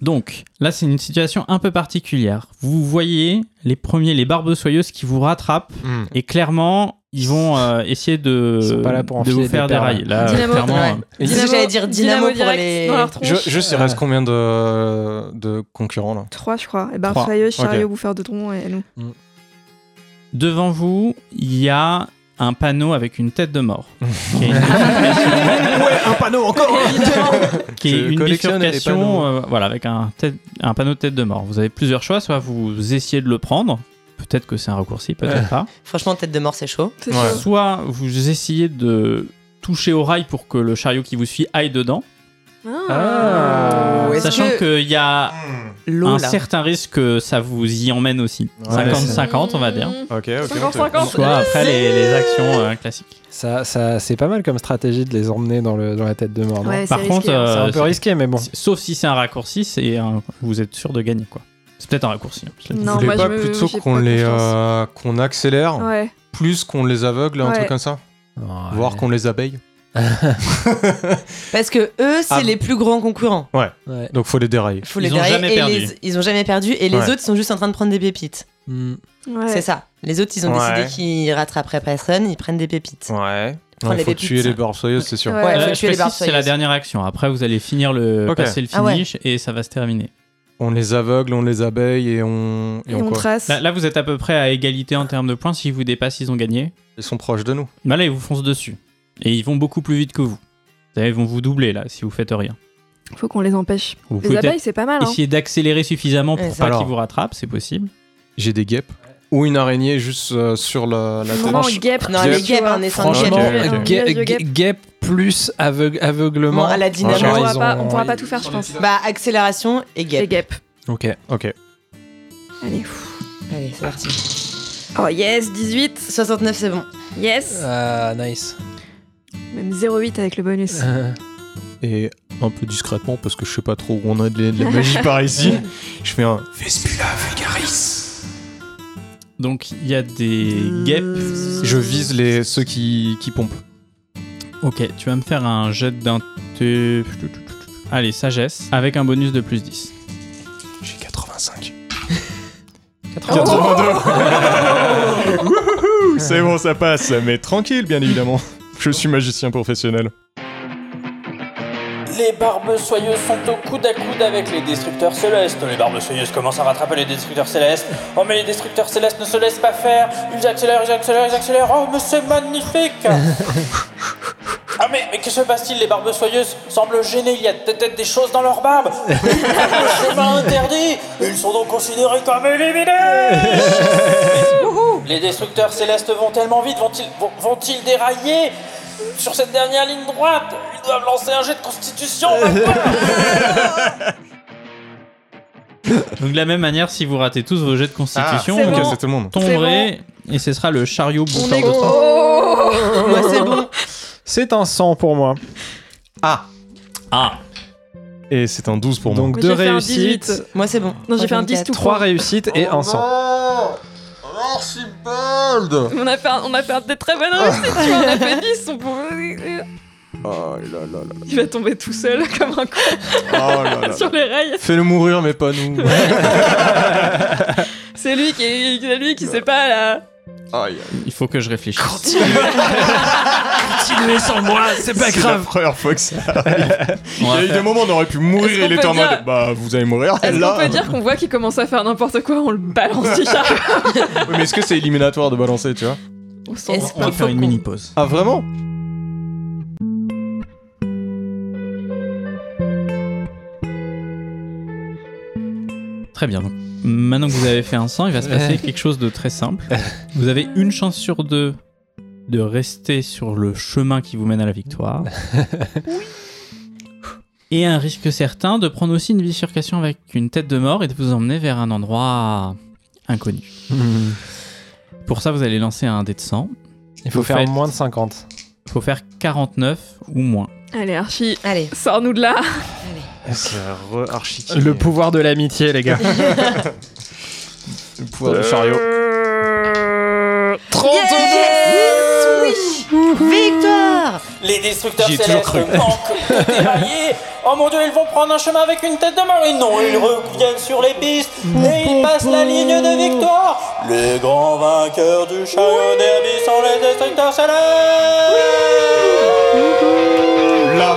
[SPEAKER 2] Donc, là, c'est une situation un peu particulière. Vous voyez les premiers, les barbes soyeuses qui vous rattrapent,
[SPEAKER 5] Hmm.
[SPEAKER 2] et clairement, ils vont euh, essayer de,
[SPEAKER 1] Ils sont pas là pour
[SPEAKER 2] de
[SPEAKER 1] enfiler
[SPEAKER 2] vous
[SPEAKER 1] des
[SPEAKER 2] faire
[SPEAKER 1] perles.
[SPEAKER 2] dérailler. Là,
[SPEAKER 6] Dynamo,
[SPEAKER 2] clairement,
[SPEAKER 4] ouais.
[SPEAKER 1] hein.
[SPEAKER 2] euh,
[SPEAKER 4] Dis- j'allais dire dynamo pour
[SPEAKER 6] direct
[SPEAKER 4] les-
[SPEAKER 6] dans leur tronche.
[SPEAKER 5] Je, juste, il
[SPEAKER 1] Euh.
[SPEAKER 5] reste combien de, de concurrents là
[SPEAKER 6] Trois, je crois. Et ben,
[SPEAKER 2] Trois.
[SPEAKER 6] soyeux, chariot,
[SPEAKER 5] Ok.
[SPEAKER 6] bouffeur de tronc et nous.
[SPEAKER 2] devant vous, il y a un panneau avec une tête de mort, qui est une,
[SPEAKER 5] Un panneau encore
[SPEAKER 2] qui est
[SPEAKER 5] Je
[SPEAKER 2] une
[SPEAKER 5] collectionne les
[SPEAKER 2] bifurcation,
[SPEAKER 5] panneaux.
[SPEAKER 2] euh, voilà, avec un, tête- un panneau de tête de mort. Vous avez plusieurs choix, soit vous essayez de le prendre, peut-être que c'est un raccourci, peut-être pas.
[SPEAKER 4] Franchement, tête de mort, c'est chaud.
[SPEAKER 6] C'est
[SPEAKER 5] Ouais.
[SPEAKER 6] chaud.
[SPEAKER 2] Soit vous essayez de toucher au rail pour que le chariot qui vous suit aille dedans,
[SPEAKER 1] Ah.
[SPEAKER 4] Ou est-ce
[SPEAKER 2] sachant
[SPEAKER 4] que-
[SPEAKER 2] qu'il y a
[SPEAKER 4] L'eau
[SPEAKER 2] un
[SPEAKER 4] là.
[SPEAKER 2] certain risque que ça vous y emmène aussi.
[SPEAKER 5] Ouais,
[SPEAKER 2] 50-50, on va dire.
[SPEAKER 5] Ok,
[SPEAKER 6] Cinquante,
[SPEAKER 5] ok.
[SPEAKER 6] cinquante.
[SPEAKER 2] Soit après les, les actions euh, classiques.
[SPEAKER 1] Ça, ça, c'est pas mal comme stratégie de les emmener dans, le, dans la tête de mort. non
[SPEAKER 6] Ouais,
[SPEAKER 2] Par
[SPEAKER 6] c'est
[SPEAKER 2] contre,
[SPEAKER 6] risqué, hein.
[SPEAKER 1] c'est un peu
[SPEAKER 2] euh,
[SPEAKER 1] risqué, mais bon.
[SPEAKER 2] si- sauf si c'est un raccourci, c'est un- vous êtes sûr de gagner quoi. C'est peut-être un raccourci. hein, je l'ai dit.
[SPEAKER 6] Non,
[SPEAKER 5] Vous voulez
[SPEAKER 6] moi,
[SPEAKER 5] pas
[SPEAKER 6] je me-
[SPEAKER 5] plutôt
[SPEAKER 6] j'ai
[SPEAKER 5] qu'on
[SPEAKER 6] pas
[SPEAKER 5] les
[SPEAKER 6] confiance.
[SPEAKER 5] euh, qu'on accélère
[SPEAKER 6] hein. Ouais.
[SPEAKER 5] plus qu'on les aveugle, un
[SPEAKER 6] Ouais.
[SPEAKER 5] truc comme ça Voir qu'on les abeille.
[SPEAKER 4] Parce que eux, c'est
[SPEAKER 5] Ah.
[SPEAKER 4] les plus grands concurrents.
[SPEAKER 1] Ouais.
[SPEAKER 5] Donc faut les dérailler.
[SPEAKER 4] Faut
[SPEAKER 2] Ils
[SPEAKER 4] les
[SPEAKER 2] ont
[SPEAKER 4] dérailler
[SPEAKER 2] jamais
[SPEAKER 4] et
[SPEAKER 2] perdu.
[SPEAKER 4] les- ils ont jamais perdu et les
[SPEAKER 5] Ouais.
[SPEAKER 4] autres ils sont juste en train de prendre des pépites.
[SPEAKER 1] Hmm.
[SPEAKER 6] Ouais.
[SPEAKER 4] C'est ça. Les autres ils ont
[SPEAKER 5] Ouais.
[SPEAKER 4] décidé qu'ils rattraperaient personne, ils prennent des pépites.
[SPEAKER 5] Ouais.
[SPEAKER 4] Prends les
[SPEAKER 5] faut
[SPEAKER 4] pépites.
[SPEAKER 5] tuer les barbes soyeuses, c'est sûr.
[SPEAKER 6] Ouais.
[SPEAKER 4] Ouais,
[SPEAKER 2] Euh,
[SPEAKER 4] faut
[SPEAKER 2] je
[SPEAKER 4] tuer les
[SPEAKER 2] précise,
[SPEAKER 4] barres
[SPEAKER 2] c'est la dernière action. Après, vous allez finir le
[SPEAKER 5] Ok.
[SPEAKER 2] passer le
[SPEAKER 4] Ah ouais.
[SPEAKER 2] finish et ça va se terminer.
[SPEAKER 5] On les aveugle, on les abeille et on.
[SPEAKER 6] Et on
[SPEAKER 5] quoi
[SPEAKER 6] trace.
[SPEAKER 2] Là, là, vous êtes à peu près à égalité en termes de points. Si vous dépassez, ils ont gagné.
[SPEAKER 5] Ils sont proches de nous.
[SPEAKER 2] Bah là, ils vous foncent dessus et ils vont beaucoup plus vite que vous. Vous savez, Ils vont vous doubler là si vous faites rien.
[SPEAKER 6] Faut qu'on les empêche.
[SPEAKER 2] Vous
[SPEAKER 6] Les
[SPEAKER 2] pouvez peut-être
[SPEAKER 6] abeilles, c'est pas mal. Hein.
[SPEAKER 2] essayer d'accélérer suffisamment pour
[SPEAKER 4] Ouais,
[SPEAKER 2] pas
[SPEAKER 5] ça.
[SPEAKER 2] qu'ils vous rattrapent, c'est possible.
[SPEAKER 5] J'ai des guêpes. Ou une araignée juste euh, sur la, la
[SPEAKER 6] Non,
[SPEAKER 5] tête.
[SPEAKER 6] non, guêpe. hein,
[SPEAKER 4] Non,
[SPEAKER 5] les
[SPEAKER 4] guêpes, on est sans
[SPEAKER 1] Franchement,
[SPEAKER 5] guêpes.
[SPEAKER 1] guêpe
[SPEAKER 5] Ok, ok.
[SPEAKER 6] Guêpe, guêpe.
[SPEAKER 1] plus aveugle, aveuglement.
[SPEAKER 4] Bon, à la dynamo,
[SPEAKER 1] Genre,
[SPEAKER 6] on pourra
[SPEAKER 1] ils
[SPEAKER 6] pas-
[SPEAKER 1] ont-
[SPEAKER 6] on pourra pas tout faire, je pense.
[SPEAKER 4] Bah accélération et
[SPEAKER 6] Les
[SPEAKER 4] guêpe.
[SPEAKER 6] guêpes.
[SPEAKER 1] Ok.
[SPEAKER 5] Ok.
[SPEAKER 6] Allez. pff.
[SPEAKER 4] Allez, c'est parti.
[SPEAKER 6] Oh yes, 18.
[SPEAKER 4] 69 c'est bon.
[SPEAKER 6] Yes.
[SPEAKER 1] Ah, nice.
[SPEAKER 6] Même 0,8 avec le bonus.
[SPEAKER 5] Et un peu discrètement, parce que je sais pas trop où on a de la, de la magie par ici. Je fais un.
[SPEAKER 2] Donc il y a des
[SPEAKER 6] Euh,
[SPEAKER 2] guêpes.
[SPEAKER 5] Je vise les, ceux qui, qui pompent.
[SPEAKER 2] Ok, tu vas me faire un jet d'un. Allez, sagesse avec un bonus de plus 10.
[SPEAKER 5] J'ai 85. Oh.
[SPEAKER 1] 82.
[SPEAKER 5] Wouhou, C'est bon, ça passe. Mais tranquille, bien évidemment. Je suis magicien professionnel.
[SPEAKER 3] Les barbes soyeuses sont au coude à coude avec les destructeurs célestes. Les barbes soyeuses commencent à rattraper les destructeurs célestes. Oh mais les destructeurs célestes ne se laissent pas faire. Ils accélèrent, ils accélèrent, ils accélèrent. Oh mais c'est magnifique Ah mais, mais que se passe-t-il Les barbes soyeuses semblent gênées. Il y a peut-être des choses dans leurs barbes. Le chemin interdit. Ils sont donc considérés comme éliminés. Les destructeurs célestes vont tellement vite, vont-ils vont- vont-ils dérailler sur cette dernière ligne droite Bah, Ils doivent lancer un jet de constitution maintenant
[SPEAKER 2] Donc de la même manière, si vous ratez tous vos jets de constitution,
[SPEAKER 6] Ah, c'est
[SPEAKER 2] vous
[SPEAKER 6] bon.
[SPEAKER 5] c'est tout le monde.
[SPEAKER 2] tomberez et ce sera le chariot bouffeur
[SPEAKER 6] est
[SPEAKER 2] de
[SPEAKER 6] gros.
[SPEAKER 2] sang.
[SPEAKER 6] Oh
[SPEAKER 4] Moi, c'est bon.
[SPEAKER 1] C'est un 100 pour moi.
[SPEAKER 5] Ah
[SPEAKER 2] Ah,
[SPEAKER 5] Et c'est un 12 pour moi.
[SPEAKER 1] Donc
[SPEAKER 6] Moi,
[SPEAKER 1] deux
[SPEAKER 6] j'ai fait un
[SPEAKER 1] réussites,
[SPEAKER 6] 18.
[SPEAKER 4] Moi, c'est bon.
[SPEAKER 6] Non, j'ai fait un 10 tout
[SPEAKER 1] 3
[SPEAKER 6] court.
[SPEAKER 1] réussites et un 100.
[SPEAKER 5] Archibald
[SPEAKER 6] On a fait, un- on a fait un- des très bonnes réussites, tu vois, on a fait 10, on pouvait...
[SPEAKER 5] Oh là là là.
[SPEAKER 6] Il va tomber tout seul comme un con
[SPEAKER 5] Oh là là.
[SPEAKER 6] sur les rails.
[SPEAKER 5] Fais-le mourir, mais pas nous.
[SPEAKER 6] C'est lui qui est, c'est lui qui sait pas là.
[SPEAKER 5] Aïe.
[SPEAKER 2] il faut que je réfléchisse.
[SPEAKER 3] Continuez sans moi, c'est
[SPEAKER 5] C'est la première fois que ça.
[SPEAKER 2] On
[SPEAKER 5] Il y
[SPEAKER 2] va
[SPEAKER 5] a eu des
[SPEAKER 2] faire-
[SPEAKER 5] moments où on aurait pu
[SPEAKER 6] Est-ce
[SPEAKER 5] mourir et il
[SPEAKER 6] qu'on
[SPEAKER 5] était en
[SPEAKER 6] peut dire-
[SPEAKER 5] mode Bah, vous allez mourir.
[SPEAKER 6] Est-ce
[SPEAKER 5] Là-
[SPEAKER 6] qu'on peut dire qu'on voit qu'il commence à faire n'importe quoi, on le balance du char
[SPEAKER 5] Oui, Mais est-ce que c'est éliminatoire de balancer, tu vois
[SPEAKER 6] On s'en
[SPEAKER 4] Est-ce
[SPEAKER 2] On va
[SPEAKER 6] fout.
[SPEAKER 2] faire une mini pause.
[SPEAKER 5] Ah, vraiment
[SPEAKER 2] Très bien. Donc, maintenant que vous avez fait un 100, il va se passer quelque chose de très simple. Vous avez une chance sur deux de rester sur le chemin qui vous mène à la victoire. Et un risque certain de prendre aussi une bifurcation avec une tête de mort et de vous emmener vers un endroit inconnu. Pour ça, vous allez lancer un dé de 100.
[SPEAKER 1] Il faut
[SPEAKER 2] Vous
[SPEAKER 1] faire
[SPEAKER 2] faites-
[SPEAKER 1] moins de 50.
[SPEAKER 2] Il faut faire 49 ou moins.
[SPEAKER 6] Allez Archie,
[SPEAKER 4] Allez.
[SPEAKER 6] sors-nous de là.
[SPEAKER 1] Le pouvoir de l'amitié, les gars.
[SPEAKER 5] Le pouvoir du chariot.
[SPEAKER 4] 32 Oui Victoire
[SPEAKER 3] Les destructeurs
[SPEAKER 5] J'y ai
[SPEAKER 3] célestes
[SPEAKER 5] toujours cru.
[SPEAKER 3] manquent de dérailler. Oh mon dieu, ils vont prendre un chemin avec une tête de mort. Et non, ils reviennent sur les pistes et ils passent la ligne de victoire. Les grands vainqueurs du chariot derby sont les destructeurs célestes.
[SPEAKER 5] Là,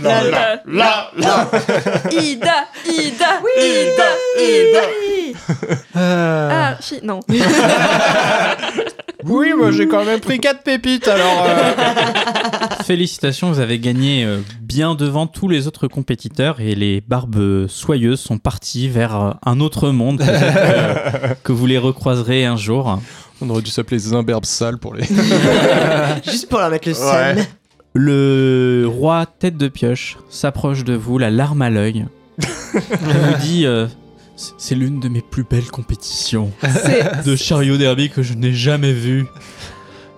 [SPEAKER 5] là, là, là.
[SPEAKER 6] Ida, Ida, Ida, Ida. Euh. Archie, non.
[SPEAKER 1] Oui, moi j'ai quand même pris 4 pépites alors. euh,
[SPEAKER 2] Félicitations, vous avez gagné euh, bien devant tous les autres compétiteurs et les barbes soyeuses sont parties vers euh, un autre monde peut-être, euh, que vous les recroiserez un jour.
[SPEAKER 5] On aurait dû s'appeler les imberbes sales pour les.
[SPEAKER 4] Juste pour leur mettre le
[SPEAKER 5] seum. Ouais.
[SPEAKER 2] Le roi tête de pioche s'approche de vous, la larme à l'œil. Il vous dit euh, C'est- C'est l'une de mes plus belles compétitions
[SPEAKER 6] C'est
[SPEAKER 2] de chariot derby que je n'ai jamais vue.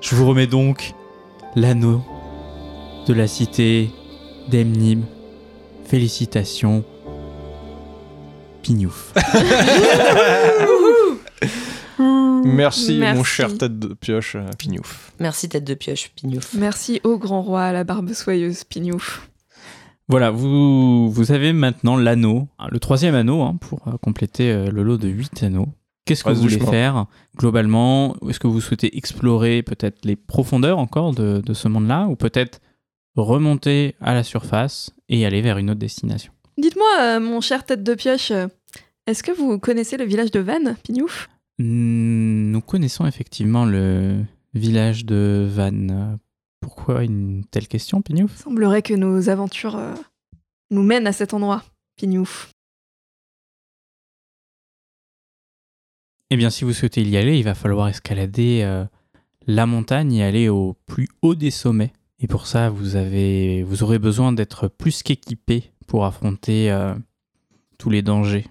[SPEAKER 2] Je vous remets donc l'anneau de la cité d'Emnim. Félicitations, Pignouf.
[SPEAKER 5] Merci, mon
[SPEAKER 6] Merci.
[SPEAKER 5] cher tête de pioche, euh, Pignouf.
[SPEAKER 4] Merci, tête de pioche, Pignouf.
[SPEAKER 6] Merci au grand roi à la barbe soyeuse, Pignouf.
[SPEAKER 2] Voilà, vous, vous avez maintenant l'anneau, hein, le troisième anneau hein, pour euh, compléter euh, le lot de 8 anneaux. Qu'est-ce que
[SPEAKER 5] Reste
[SPEAKER 2] vous
[SPEAKER 5] du
[SPEAKER 2] voulez
[SPEAKER 5] chemin.
[SPEAKER 2] faire globalement Est-ce que vous souhaitez explorer peut-être les profondeurs encore de, de ce monde-là ou peut-être remonter à la surface et aller vers une autre destination
[SPEAKER 6] Dites-moi, euh, mon cher tête de pioche, euh, est-ce que vous connaissez le village de Vannes, Pignouf
[SPEAKER 2] Hmm, Nous connaissons effectivement le village de Vannes. Pourquoi une telle question, Pignouf
[SPEAKER 6] Il semblerait que nos aventures euh, nous mènent à cet endroit, Pignouf.
[SPEAKER 2] Eh bien, si vous souhaitez y aller, il va falloir escalader euh, la montagne et aller au plus haut des sommets. Et pour ça, vous, avez, vous aurez besoin d'être plus qu'équipé pour affronter euh, tous les dangers.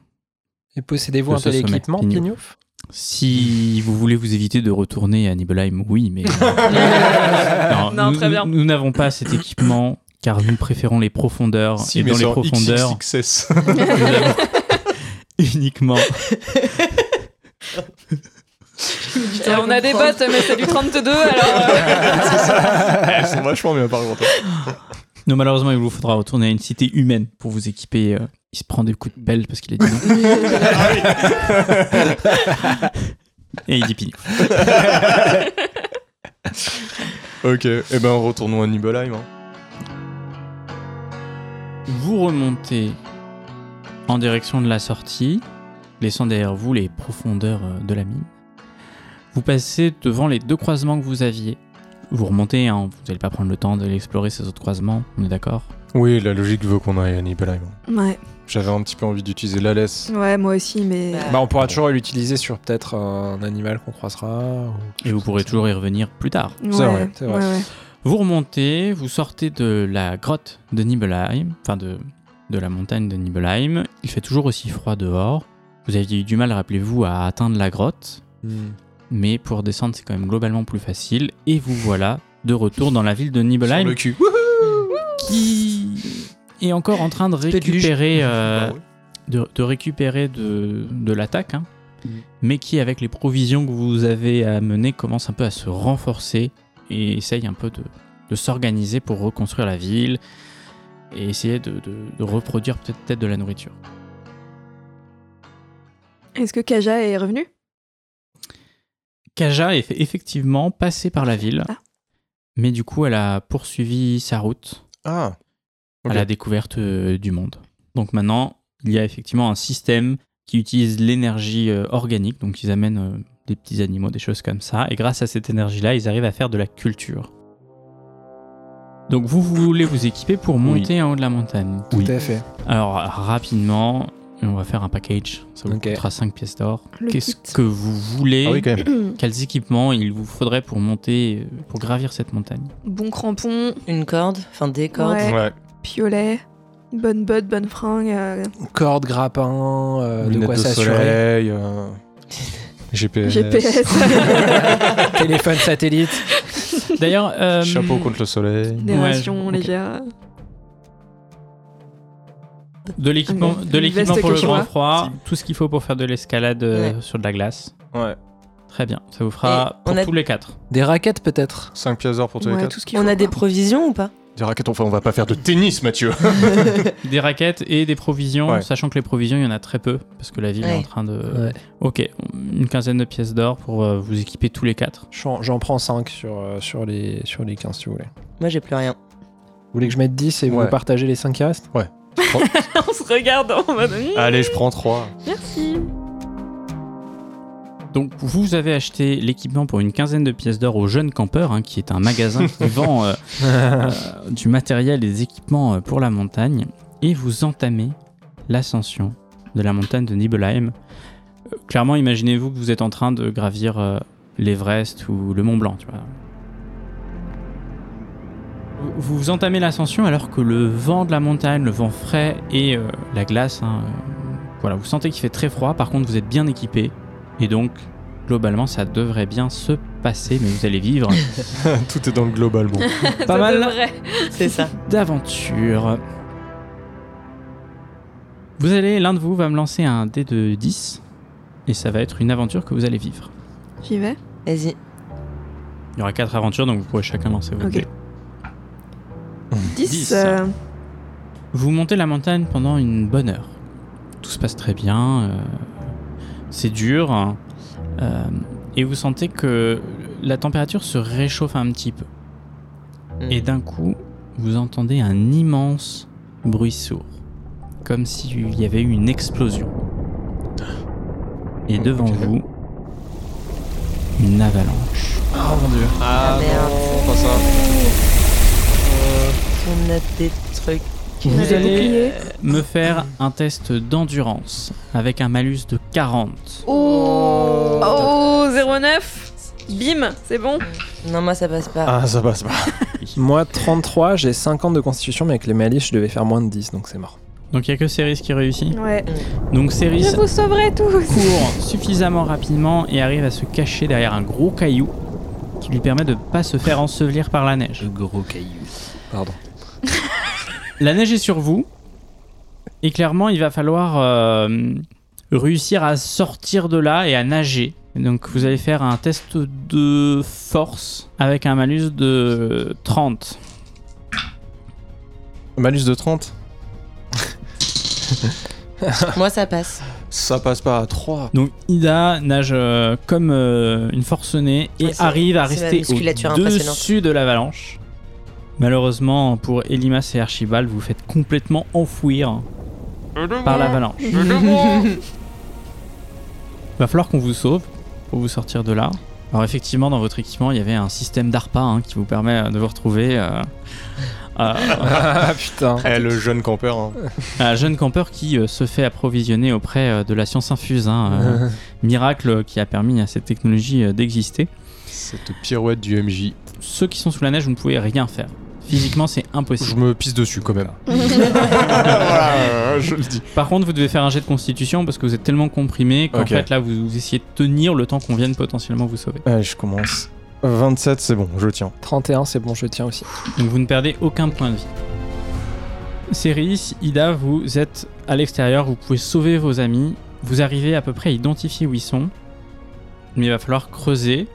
[SPEAKER 1] Et possédez-vous
[SPEAKER 2] Que
[SPEAKER 1] un
[SPEAKER 2] ce
[SPEAKER 1] tel
[SPEAKER 2] sommet,
[SPEAKER 1] équipement,
[SPEAKER 2] Pignouf.
[SPEAKER 1] Pignouf
[SPEAKER 2] Si vous voulez vous éviter de retourner à Nibelheim, oui, mais... euh,
[SPEAKER 6] Non,
[SPEAKER 2] nous-
[SPEAKER 6] très bien.
[SPEAKER 2] Nous n'avons pas cet équipement, car nous préférons les profondeurs. et
[SPEAKER 5] mais
[SPEAKER 2] dans les
[SPEAKER 5] genre
[SPEAKER 2] profondeurs...
[SPEAKER 5] XXXS.
[SPEAKER 2] Nous avons uniquement.
[SPEAKER 6] Euh, on a des bottes, mais c'est du 32, alors... euh.
[SPEAKER 5] Elles sont vachement bien par contre.
[SPEAKER 2] Non, malheureusement, il vous faudra retourner à une cité humaine pour vous équiper. euh, Il se prend des coups de pelle parce qu'il a dit non. Et il dit pignon.
[SPEAKER 5] Ok, eh ben retournons à Nibelheim. hein.
[SPEAKER 2] Vous remontez en direction de la sortie, laissant derrière vous les profondeurs euh, de la mine. Vous passez devant les deux croisements que vous aviez. Vous remontez, hein, vous n'allez pas prendre le temps de l'explorer ces autres croisements, on est d'accord
[SPEAKER 5] Oui, la logique veut qu'on aille à Nibelheim.
[SPEAKER 6] Ouais,
[SPEAKER 5] J'avais un petit peu envie d'utiliser la laisse.
[SPEAKER 6] ouais, moi aussi, mais...
[SPEAKER 1] Bah, on pourra toujours l'utiliser sur peut-être un animal qu'on croisera. ou-
[SPEAKER 2] Et vous pourrez toujours y revenir plus tard.
[SPEAKER 6] Ouais,
[SPEAKER 1] C'est vrai, c'est vrai.
[SPEAKER 6] ouais, ouais.
[SPEAKER 2] Vous remontez, vous sortez de la grotte de Nibelheim, enfin de, de la montagne de Nibelheim. Il fait toujours aussi froid dehors. Vous aviez eu du mal, rappelez-vous, à atteindre la grotte, mais pour descendre, c'est quand même globalement plus facile. Et vous voilà de retour dans la ville de
[SPEAKER 5] Sur
[SPEAKER 2] Nibelheim,
[SPEAKER 5] le cul.
[SPEAKER 2] qui est encore en train de
[SPEAKER 4] Peu de luge.
[SPEAKER 2] récupérer euh,
[SPEAKER 5] Ah ouais.
[SPEAKER 2] de, de récupérer de, de l'attaque, hein,
[SPEAKER 1] Mm.
[SPEAKER 2] mais qui, avec les provisions que vous avez amenées, commence un peu à se renforcer et essaye un peu de, de s'organiser pour reconstruire la ville et essayer de, de- de reproduire peut-être peut-être de la nourriture.
[SPEAKER 6] Est-ce que Kaja est revenu
[SPEAKER 2] Kaja est fait- effectivement passée par la ville,
[SPEAKER 6] Ah.
[SPEAKER 2] mais du coup, elle a poursuivi sa route
[SPEAKER 5] Ah,
[SPEAKER 2] à
[SPEAKER 5] Ok.
[SPEAKER 2] la découverte euh, du monde. Donc maintenant, il y a effectivement un système qui utilise l'énergie euh, organique, donc ils amènent euh, des petits animaux, des choses comme ça, et grâce à cette énergie-là, ils arrivent à faire de la culture. Donc vous, vous voulez vous équiper pour monter en haut de la montagne.
[SPEAKER 1] Tout à fait.
[SPEAKER 2] Alors rapidement, on va faire un package, ça vous
[SPEAKER 1] Ok.
[SPEAKER 2] coûtera 5 pièces d'or.
[SPEAKER 6] Le
[SPEAKER 2] Qu'est-ce
[SPEAKER 6] kit.
[SPEAKER 2] que vous voulez
[SPEAKER 5] Ah oui, quand même.
[SPEAKER 2] Quels équipements il vous faudrait pour monter, euh, pour gravir cette montagne
[SPEAKER 6] Bon crampon,
[SPEAKER 4] Une corde, enfin des cordes.
[SPEAKER 6] Ouais.
[SPEAKER 5] Ouais.
[SPEAKER 6] piolet, bonne botte, bonne fringue. euh,
[SPEAKER 1] Corde, grappin, euh, de
[SPEAKER 5] Lunettes
[SPEAKER 1] quoi
[SPEAKER 5] de
[SPEAKER 1] s'assurer.
[SPEAKER 5] soleil, euh, GPS.
[SPEAKER 6] GPS.
[SPEAKER 1] Téléphone satellite.
[SPEAKER 2] D'ailleurs, euh,
[SPEAKER 5] Chapeau contre le soleil.
[SPEAKER 6] Des
[SPEAKER 2] Ouais,
[SPEAKER 6] rations
[SPEAKER 2] ok.
[SPEAKER 6] légères.
[SPEAKER 2] De l'équipement,
[SPEAKER 6] Une
[SPEAKER 2] de l'équipement
[SPEAKER 6] veste
[SPEAKER 2] pour le
[SPEAKER 6] Kashima.
[SPEAKER 2] grand froid, tout ce qu'il faut pour faire de l'escalade euh, sur de la glace.
[SPEAKER 5] Ouais.
[SPEAKER 2] Très bien, ça vous fera
[SPEAKER 4] Et
[SPEAKER 2] pour
[SPEAKER 4] on a-
[SPEAKER 2] tous les quatre.
[SPEAKER 1] Des raquettes peut-être.
[SPEAKER 5] 5 pièces d'or pour tous les
[SPEAKER 6] Ouais,
[SPEAKER 5] quatre.
[SPEAKER 6] tout ce qu'il
[SPEAKER 4] On
[SPEAKER 6] faut,
[SPEAKER 4] a des
[SPEAKER 6] quoi.
[SPEAKER 4] provisions ou pas
[SPEAKER 5] Des raquettes, enfin, on va pas faire de tennis, Mathieu.
[SPEAKER 2] Des raquettes et des provisions,
[SPEAKER 5] Ouais.
[SPEAKER 2] sachant que les provisions, il y en a très peu, parce que la ville est
[SPEAKER 4] Ouais.
[SPEAKER 2] en train de...
[SPEAKER 1] Ouais.
[SPEAKER 2] Ok, une quinzaine de pièces d'or pour euh, vous équiper tous les quatre.
[SPEAKER 1] J'en j'en prends 5 sur, euh, sur, les, sur les 15 si vous voulez.
[SPEAKER 4] Moi j'ai plus rien.
[SPEAKER 1] Vous voulez que je mette 10 et
[SPEAKER 5] Ouais.
[SPEAKER 1] vous partagez les 5 qui restent
[SPEAKER 6] On se regarde en mode. hmm,
[SPEAKER 5] Allez, je prends 3.
[SPEAKER 6] Merci.
[SPEAKER 2] Donc vous avez acheté l'équipement pour une quinzaine de pièces d'or au Jeune Campeur, hein, qui est un magasin qui vend euh, euh, du matériel et des équipements euh, pour la montagne, et vous entamez l'ascension de la montagne de Nibelheim. Euh, Clairement, imaginez-vous que vous êtes en train de gravir euh, l'Everest ou le Mont Blanc. Tu vois. Vous vous entamez l'ascension alors que le vent de la montagne, le vent frais et euh, la glace, hein, euh, voilà, vous sentez qu'il fait très froid. Par contre, vous êtes bien équipé et donc globalement, ça devrait bien se passer, mais vous allez vivre
[SPEAKER 5] Tout est dans le global, bon.
[SPEAKER 2] pas
[SPEAKER 6] Ça
[SPEAKER 2] mal
[SPEAKER 6] devrait.
[SPEAKER 4] C'est ça.
[SPEAKER 2] d'aventure. Vous allez, l'un de vous va me lancer un dé de 10 et ça va être une aventure que vous allez vivre.
[SPEAKER 6] J'y vais.
[SPEAKER 4] Vas-y.
[SPEAKER 2] Il y aura quatre aventures donc vous pourrez chacun lancer vos
[SPEAKER 6] Ok.
[SPEAKER 2] dés.
[SPEAKER 6] 10.
[SPEAKER 2] Dix.
[SPEAKER 6] euh.
[SPEAKER 2] Vous montez la montagne pendant une bonne heure. Tout se passe très bien, euh, c'est dur hein, euh, et vous sentez que la température se réchauffe un petit peu.
[SPEAKER 4] Mm.
[SPEAKER 2] Et d'un coup, vous entendez un immense bruit sourd, comme s'il y avait eu une explosion. Et devant vous, une avalanche.
[SPEAKER 4] Ah, merde. Euh,
[SPEAKER 5] pas ça.
[SPEAKER 4] On a des trucs.
[SPEAKER 2] Vous
[SPEAKER 6] Vous
[SPEAKER 2] allez
[SPEAKER 6] allez.
[SPEAKER 2] me faire un test d'endurance avec un malus de 40.
[SPEAKER 6] Oh, oh 09. Bim, c'est bon.
[SPEAKER 4] Non, moi ça passe pas.
[SPEAKER 5] Ah, ça passe pas.
[SPEAKER 1] Moi 33, j'ai 50 de constitution, mais avec les malices, je devais faire moins de 10, donc c'est mort.
[SPEAKER 2] Donc il n'y a que Ceris qui réussit.
[SPEAKER 6] Ouais.
[SPEAKER 2] Donc
[SPEAKER 6] Je
[SPEAKER 2] Ceris
[SPEAKER 6] vous sauverai tous.
[SPEAKER 2] court suffisamment rapidement et arrive à se cacher derrière un gros caillou qui lui permet de ne pas se faire ensevelir par la neige. gros caillou.
[SPEAKER 1] Pardon.
[SPEAKER 2] La neige est sur vous. Et clairement, il va falloir euh, réussir à sortir de là et à nager. Donc vous allez faire un test de force avec un malus de 30.
[SPEAKER 5] Malus de 30.
[SPEAKER 4] Moi ça passe.
[SPEAKER 5] Ça passe pas à 3.
[SPEAKER 2] Donc Ida nage euh, comme euh, une forcenée et
[SPEAKER 4] Ouais, c'est-
[SPEAKER 2] arrive à
[SPEAKER 4] c'est ma
[SPEAKER 2] rester
[SPEAKER 4] musculature
[SPEAKER 2] au-dessus de l'avalanche. Malheureusement pour Elimas et Archibald, vous faites complètement enfouir par l'avalanche. Va falloir qu'on vous sauve pour vous sortir de là. Alors effectivement, dans votre équipement, il y avait un système d'ARPA hein, qui vous permet euh, de vous retrouver euh, à-
[SPEAKER 1] Ah putain.
[SPEAKER 5] Eh, le jeune campeur. hein.
[SPEAKER 2] à un jeune campeur qui euh, se fait approvisionner auprès euh, de la science infuse. hein, euh, miracle qui a permis à cette technologie euh, d'exister.
[SPEAKER 5] Cette pirouette du MJ.
[SPEAKER 2] ceux qui sont sous la neige, vous ne pouvez rien faire. Physiquement, c'est
[SPEAKER 5] Je
[SPEAKER 2] impossible.
[SPEAKER 5] me pisse dessus quand même. Voilà, euh, je le dis.
[SPEAKER 2] Par contre, vous devez faire un jet de constitution parce que vous êtes tellement comprimé qu'en
[SPEAKER 5] Ok.
[SPEAKER 2] fait, là, vous, vous essayez de tenir le temps qu'on vienne potentiellement vous sauver.
[SPEAKER 5] Allez, je commence. 27, c'est bon, je tiens.
[SPEAKER 1] 31, c'est bon, je tiens aussi.
[SPEAKER 2] Donc vous ne perdez aucun point de vie. Céris, Ida, vous êtes à l'extérieur, vous pouvez sauver vos amis, vous arrivez à peu près à identifier où ils sont, mais il va falloir creuser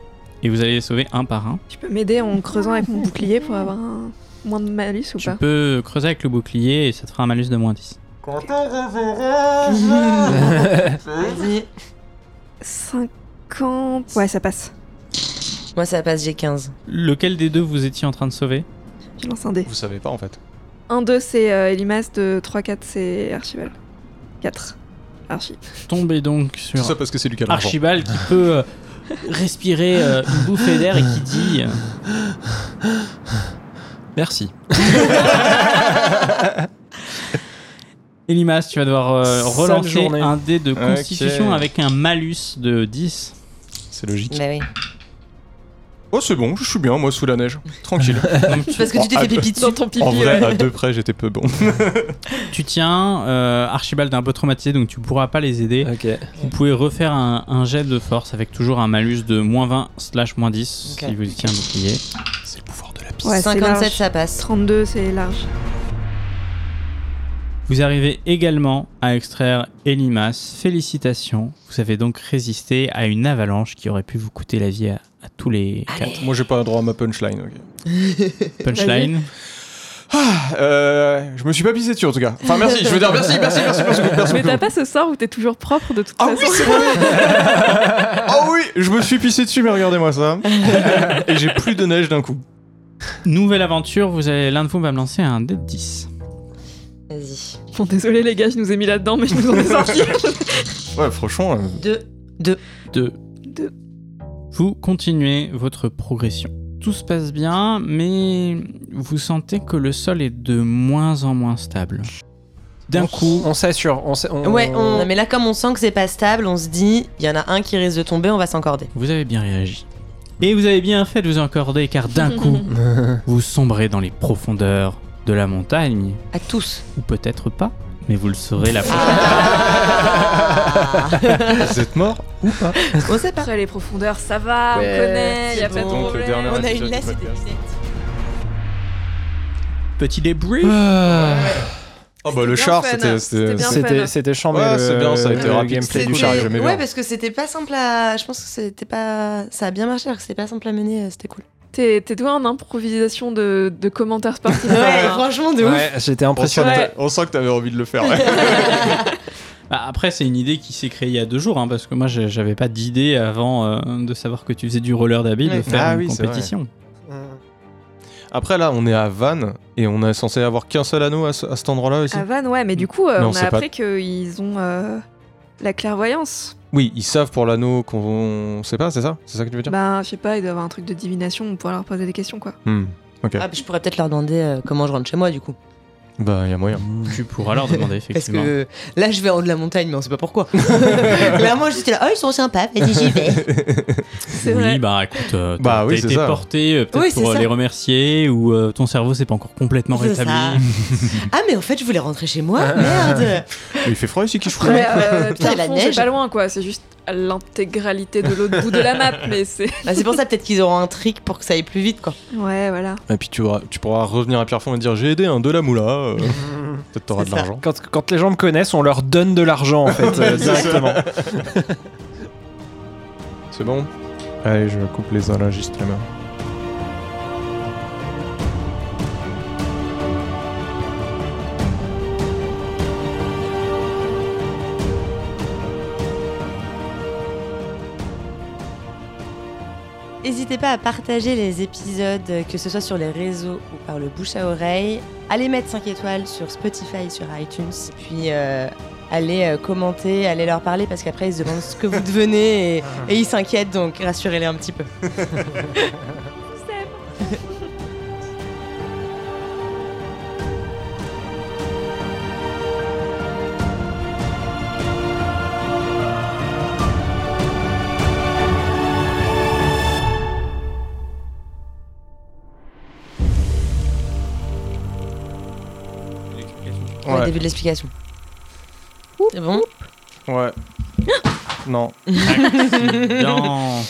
[SPEAKER 2] et vous allez les sauver un par un.
[SPEAKER 6] Tu peux m'aider en creusant avec mon bouclier pour avoir un- moins de malus ou
[SPEAKER 2] Tu
[SPEAKER 6] pas
[SPEAKER 2] peux creuser avec le bouclier et ça te fera un malus de moins 10.
[SPEAKER 4] Vas-y.
[SPEAKER 6] 50. Ouais, ça passe.
[SPEAKER 4] Moi, ça passe, j'ai 15.
[SPEAKER 2] Lequel des deux vous étiez en train de sauver
[SPEAKER 6] Je lance un dé.
[SPEAKER 5] Vous savez pas en fait.
[SPEAKER 6] 1, 2, c'est euh, Elimas. 2, 3, 4, c'est Archibald. 4. Archie.
[SPEAKER 2] Tombez donc
[SPEAKER 5] Tout
[SPEAKER 2] sur
[SPEAKER 5] ça parce que c'est Lucas l'enfant.
[SPEAKER 2] Archibald qui peut euh, respirer euh, une bouffée d'air et qui dit euh,
[SPEAKER 5] Merci.
[SPEAKER 2] Elimas, tu vas devoir euh,
[SPEAKER 1] Sale
[SPEAKER 2] relancer
[SPEAKER 1] journée.
[SPEAKER 2] un dé de
[SPEAKER 5] Ok.
[SPEAKER 2] constitution avec un malus de 10.
[SPEAKER 5] C'est logique.
[SPEAKER 4] Bah oui.
[SPEAKER 5] Oh, c'est bon, je suis bien, moi, sous la neige. Tranquille.
[SPEAKER 4] Parce que tu t'es
[SPEAKER 5] Oh,
[SPEAKER 4] fait
[SPEAKER 5] ah,
[SPEAKER 4] pipi dessus.
[SPEAKER 6] ton
[SPEAKER 5] En vrai, à deux près, j'étais peu bon.
[SPEAKER 2] Tu tiens, euh, Archibald est un peu traumatisé donc tu pourras pas les aider.
[SPEAKER 1] Ok.
[SPEAKER 2] Vous pouvez refaire un, un jet de force avec toujours un malus de moins 20 slash moins 10
[SPEAKER 4] Ok.
[SPEAKER 2] si vous étiez un bouclier.
[SPEAKER 5] C'est le pouvoir de la piste.
[SPEAKER 6] Ouais, c'est
[SPEAKER 4] 57,
[SPEAKER 6] large.
[SPEAKER 4] ça passe.
[SPEAKER 6] 32, c'est large.
[SPEAKER 2] Vous arrivez également à extraire Elimas. Félicitations, vous avez donc résisté à une avalanche qui aurait pu vous coûter la vie à, à tous les quatre.
[SPEAKER 5] Moi, j'ai pas droit à ma punchline, ok.
[SPEAKER 2] Punchline.
[SPEAKER 5] Euh, je me suis pas pissé dessus en tout cas. Enfin merci, je veux dire merci, merci, merci, merci, merci, merci.
[SPEAKER 6] Mais t'as pas ce sort où t'es toujours propre de toute
[SPEAKER 5] Ah oui,
[SPEAKER 6] façon.
[SPEAKER 5] c'est vrai Ah oui, je me suis pissé dessus, mais regardez-moi ça. Et j'ai plus de neige d'un coup.
[SPEAKER 2] Nouvelle aventure, vous allez, l'un de vous va me lancer un dé de 10.
[SPEAKER 4] Vas-y.
[SPEAKER 6] Bon, désolé les gars, je nous ai mis là-dedans, mais je nous en ai sorti.
[SPEAKER 5] Ouais, franchement, euh,
[SPEAKER 4] 2.
[SPEAKER 2] Deux.
[SPEAKER 6] Deux.
[SPEAKER 2] Vous continuez votre progression. Tout se passe bien, mais vous sentez que le sol est de moins en moins stable. D'un coup,
[SPEAKER 1] On s'assure. On s'a- on-
[SPEAKER 4] Ouais, on... mais là, comme on sent que c'est pas stable, on se dit, il y en a un qui risque de tomber, on va s'encorder.
[SPEAKER 2] vous avez bien réagi. Et vous avez bien fait de vous encorder, car d'un coup, vous sombrez dans les profondeurs de la montagne,
[SPEAKER 4] À tous.
[SPEAKER 2] ou peut-être pas, mais vous le saurez la
[SPEAKER 4] Ah.
[SPEAKER 2] prochaine.
[SPEAKER 5] vous êtes mort ou pas
[SPEAKER 4] on sait pas.
[SPEAKER 6] Après les profondeurs, ça va, on connaît, y a pas de
[SPEAKER 5] donc le
[SPEAKER 6] problème.
[SPEAKER 5] dernier
[SPEAKER 4] On a
[SPEAKER 5] épisode
[SPEAKER 4] une
[SPEAKER 5] du
[SPEAKER 4] lasse et des
[SPEAKER 5] podcast.
[SPEAKER 4] lunettes.
[SPEAKER 2] Petit débris.
[SPEAKER 5] Ah bah le
[SPEAKER 6] bien
[SPEAKER 5] char,
[SPEAKER 6] fun,
[SPEAKER 5] c'était.
[SPEAKER 6] c'était bien.
[SPEAKER 1] C'était,
[SPEAKER 6] fun.
[SPEAKER 1] c'était chambé.
[SPEAKER 5] Ouais,
[SPEAKER 1] le-
[SPEAKER 5] c'est bien, ça a été
[SPEAKER 1] le
[SPEAKER 5] rapide,
[SPEAKER 1] gameplay
[SPEAKER 5] c'était
[SPEAKER 1] du
[SPEAKER 5] cool.
[SPEAKER 1] chariot.
[SPEAKER 5] j'aimais bien.
[SPEAKER 4] Ouais, parce que c'était pas simple à. Je pense que c'était pas. Ça a bien marché, alors que c'était pas simple à mener, euh, c'était cool.
[SPEAKER 6] T'es t'es doué en improvisation de, de commentaires sportifs. hein.
[SPEAKER 4] franchement, de
[SPEAKER 1] Ouais, j'étais
[SPEAKER 5] On sent,
[SPEAKER 1] impressionné.
[SPEAKER 5] que t'a- on sent que t'avais envie de le faire. ouais.
[SPEAKER 2] Bah, après, c'est une idée qui s'est créée il y a deux jours, hein, parce que moi, j'ai- j'avais pas d'idée avant euh, de savoir que tu faisais du roller d'habit de
[SPEAKER 4] Ouais.
[SPEAKER 2] faire
[SPEAKER 5] Ah
[SPEAKER 2] une
[SPEAKER 5] oui, c'est vrai.
[SPEAKER 2] compétition.
[SPEAKER 5] Mmh. Après là, on est à Vannes et on est censé avoir qu'un seul anneau à, ce- à cet endroit-là aussi.
[SPEAKER 6] À Vannes, ouais, mais du coup, euh,
[SPEAKER 5] Mais on
[SPEAKER 6] on a
[SPEAKER 5] sait pas.
[SPEAKER 6] appris qu'ils ont euh, la clairvoyance.
[SPEAKER 5] Oui, ils savent pour l'anneau qu'on on sait pas, c'est ça C'est ça que tu veux dire
[SPEAKER 6] Bah, je sais pas, il doit avoir un truc de divination, on pourra leur poser des questions, quoi.
[SPEAKER 5] Hmm, Ok.
[SPEAKER 4] Ah, puis je pourrais peut-être leur demander euh, comment je rentre chez moi, du coup.
[SPEAKER 5] Bah y a moyen.
[SPEAKER 2] Tu pourras leur demander,
[SPEAKER 4] Parce
[SPEAKER 2] effectivement.
[SPEAKER 4] que là, je vais en haut de la montagne, mais on sait pas pourquoi. Clairement, j'étais là, oh, ils sont sympas, vas-y, j'y vais.
[SPEAKER 6] C'est
[SPEAKER 2] oui,
[SPEAKER 6] vrai.
[SPEAKER 2] bah écoute, euh, t'as
[SPEAKER 5] Bah oui,
[SPEAKER 2] t'as
[SPEAKER 5] c'est
[SPEAKER 2] été
[SPEAKER 5] ça.
[SPEAKER 2] porté euh, peut-être
[SPEAKER 4] Oui, c'est
[SPEAKER 2] pour euh,
[SPEAKER 4] ça.
[SPEAKER 2] les remercier ou euh, ton cerveau s'est pas encore complètement
[SPEAKER 4] C'est ça.
[SPEAKER 2] rétabli.
[SPEAKER 4] ah, mais en fait, je voulais rentrer chez moi, merde.
[SPEAKER 5] Mais il fait froid ici qui je
[SPEAKER 6] Après, euh,
[SPEAKER 4] Putain, la
[SPEAKER 6] Pierrefonds, c'est
[SPEAKER 4] neige.
[SPEAKER 6] pas loin, quoi. C'est juste à l'intégralité de l'autre bout de la map, mais c'est.
[SPEAKER 4] Bah, c'est pour ça, peut-être qu'ils auront un trick pour que ça aille plus vite, quoi.
[SPEAKER 6] Ouais, voilà.
[SPEAKER 5] Et puis tu, auras- tu pourras revenir à Pierrefonds et dire j'ai aidé un de la moula. euh, Peut-être t'auras de
[SPEAKER 4] C'est ça.
[SPEAKER 5] l'argent.
[SPEAKER 1] Quand, quand les gens me connaissent, on leur donne de l'argent en fait euh, directement.
[SPEAKER 5] C'est bon Allez, je coupe les enregistrements.
[SPEAKER 4] N'hésitez pas à partager les épisodes, euh, que ce soit sur les réseaux ou par le bouche à oreille. Allez mettre 5 étoiles sur Spotify, sur iTunes. Et puis, euh, allez euh, commenter, allez leur parler parce qu'après, ils se demandent ce que vous devenez et, et ils s'inquiètent, donc rassurez-les un petit peu. début de l'explication. C'est bon
[SPEAKER 5] Ouais. non,
[SPEAKER 2] Non.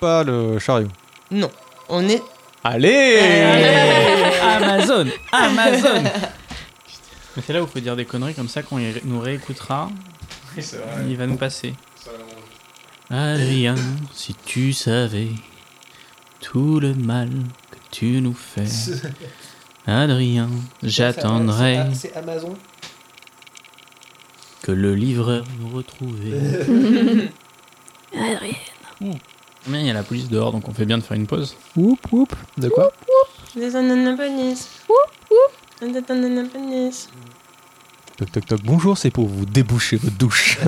[SPEAKER 5] pas le chariot.
[SPEAKER 4] Non. On est.
[SPEAKER 5] Allez
[SPEAKER 2] Amazon Amazon Mais c'est là où il faut dire des conneries comme ça quand il ré- nous réécoutera, il va nous passer. Adrien, si tu savais tout le mal que tu nous fais. Adrien, j'attendrai
[SPEAKER 7] C'est Amazon.
[SPEAKER 2] que le livreur nous retrouve. Oh. Mais il y a la police dehors, donc on fait bien de faire une pause.
[SPEAKER 1] Oup, oup. De quoi
[SPEAKER 4] Les Ananapolis. Les Ananapolis.
[SPEAKER 5] Toc toc toc, bonjour, c'est pour vous déboucher votre douche.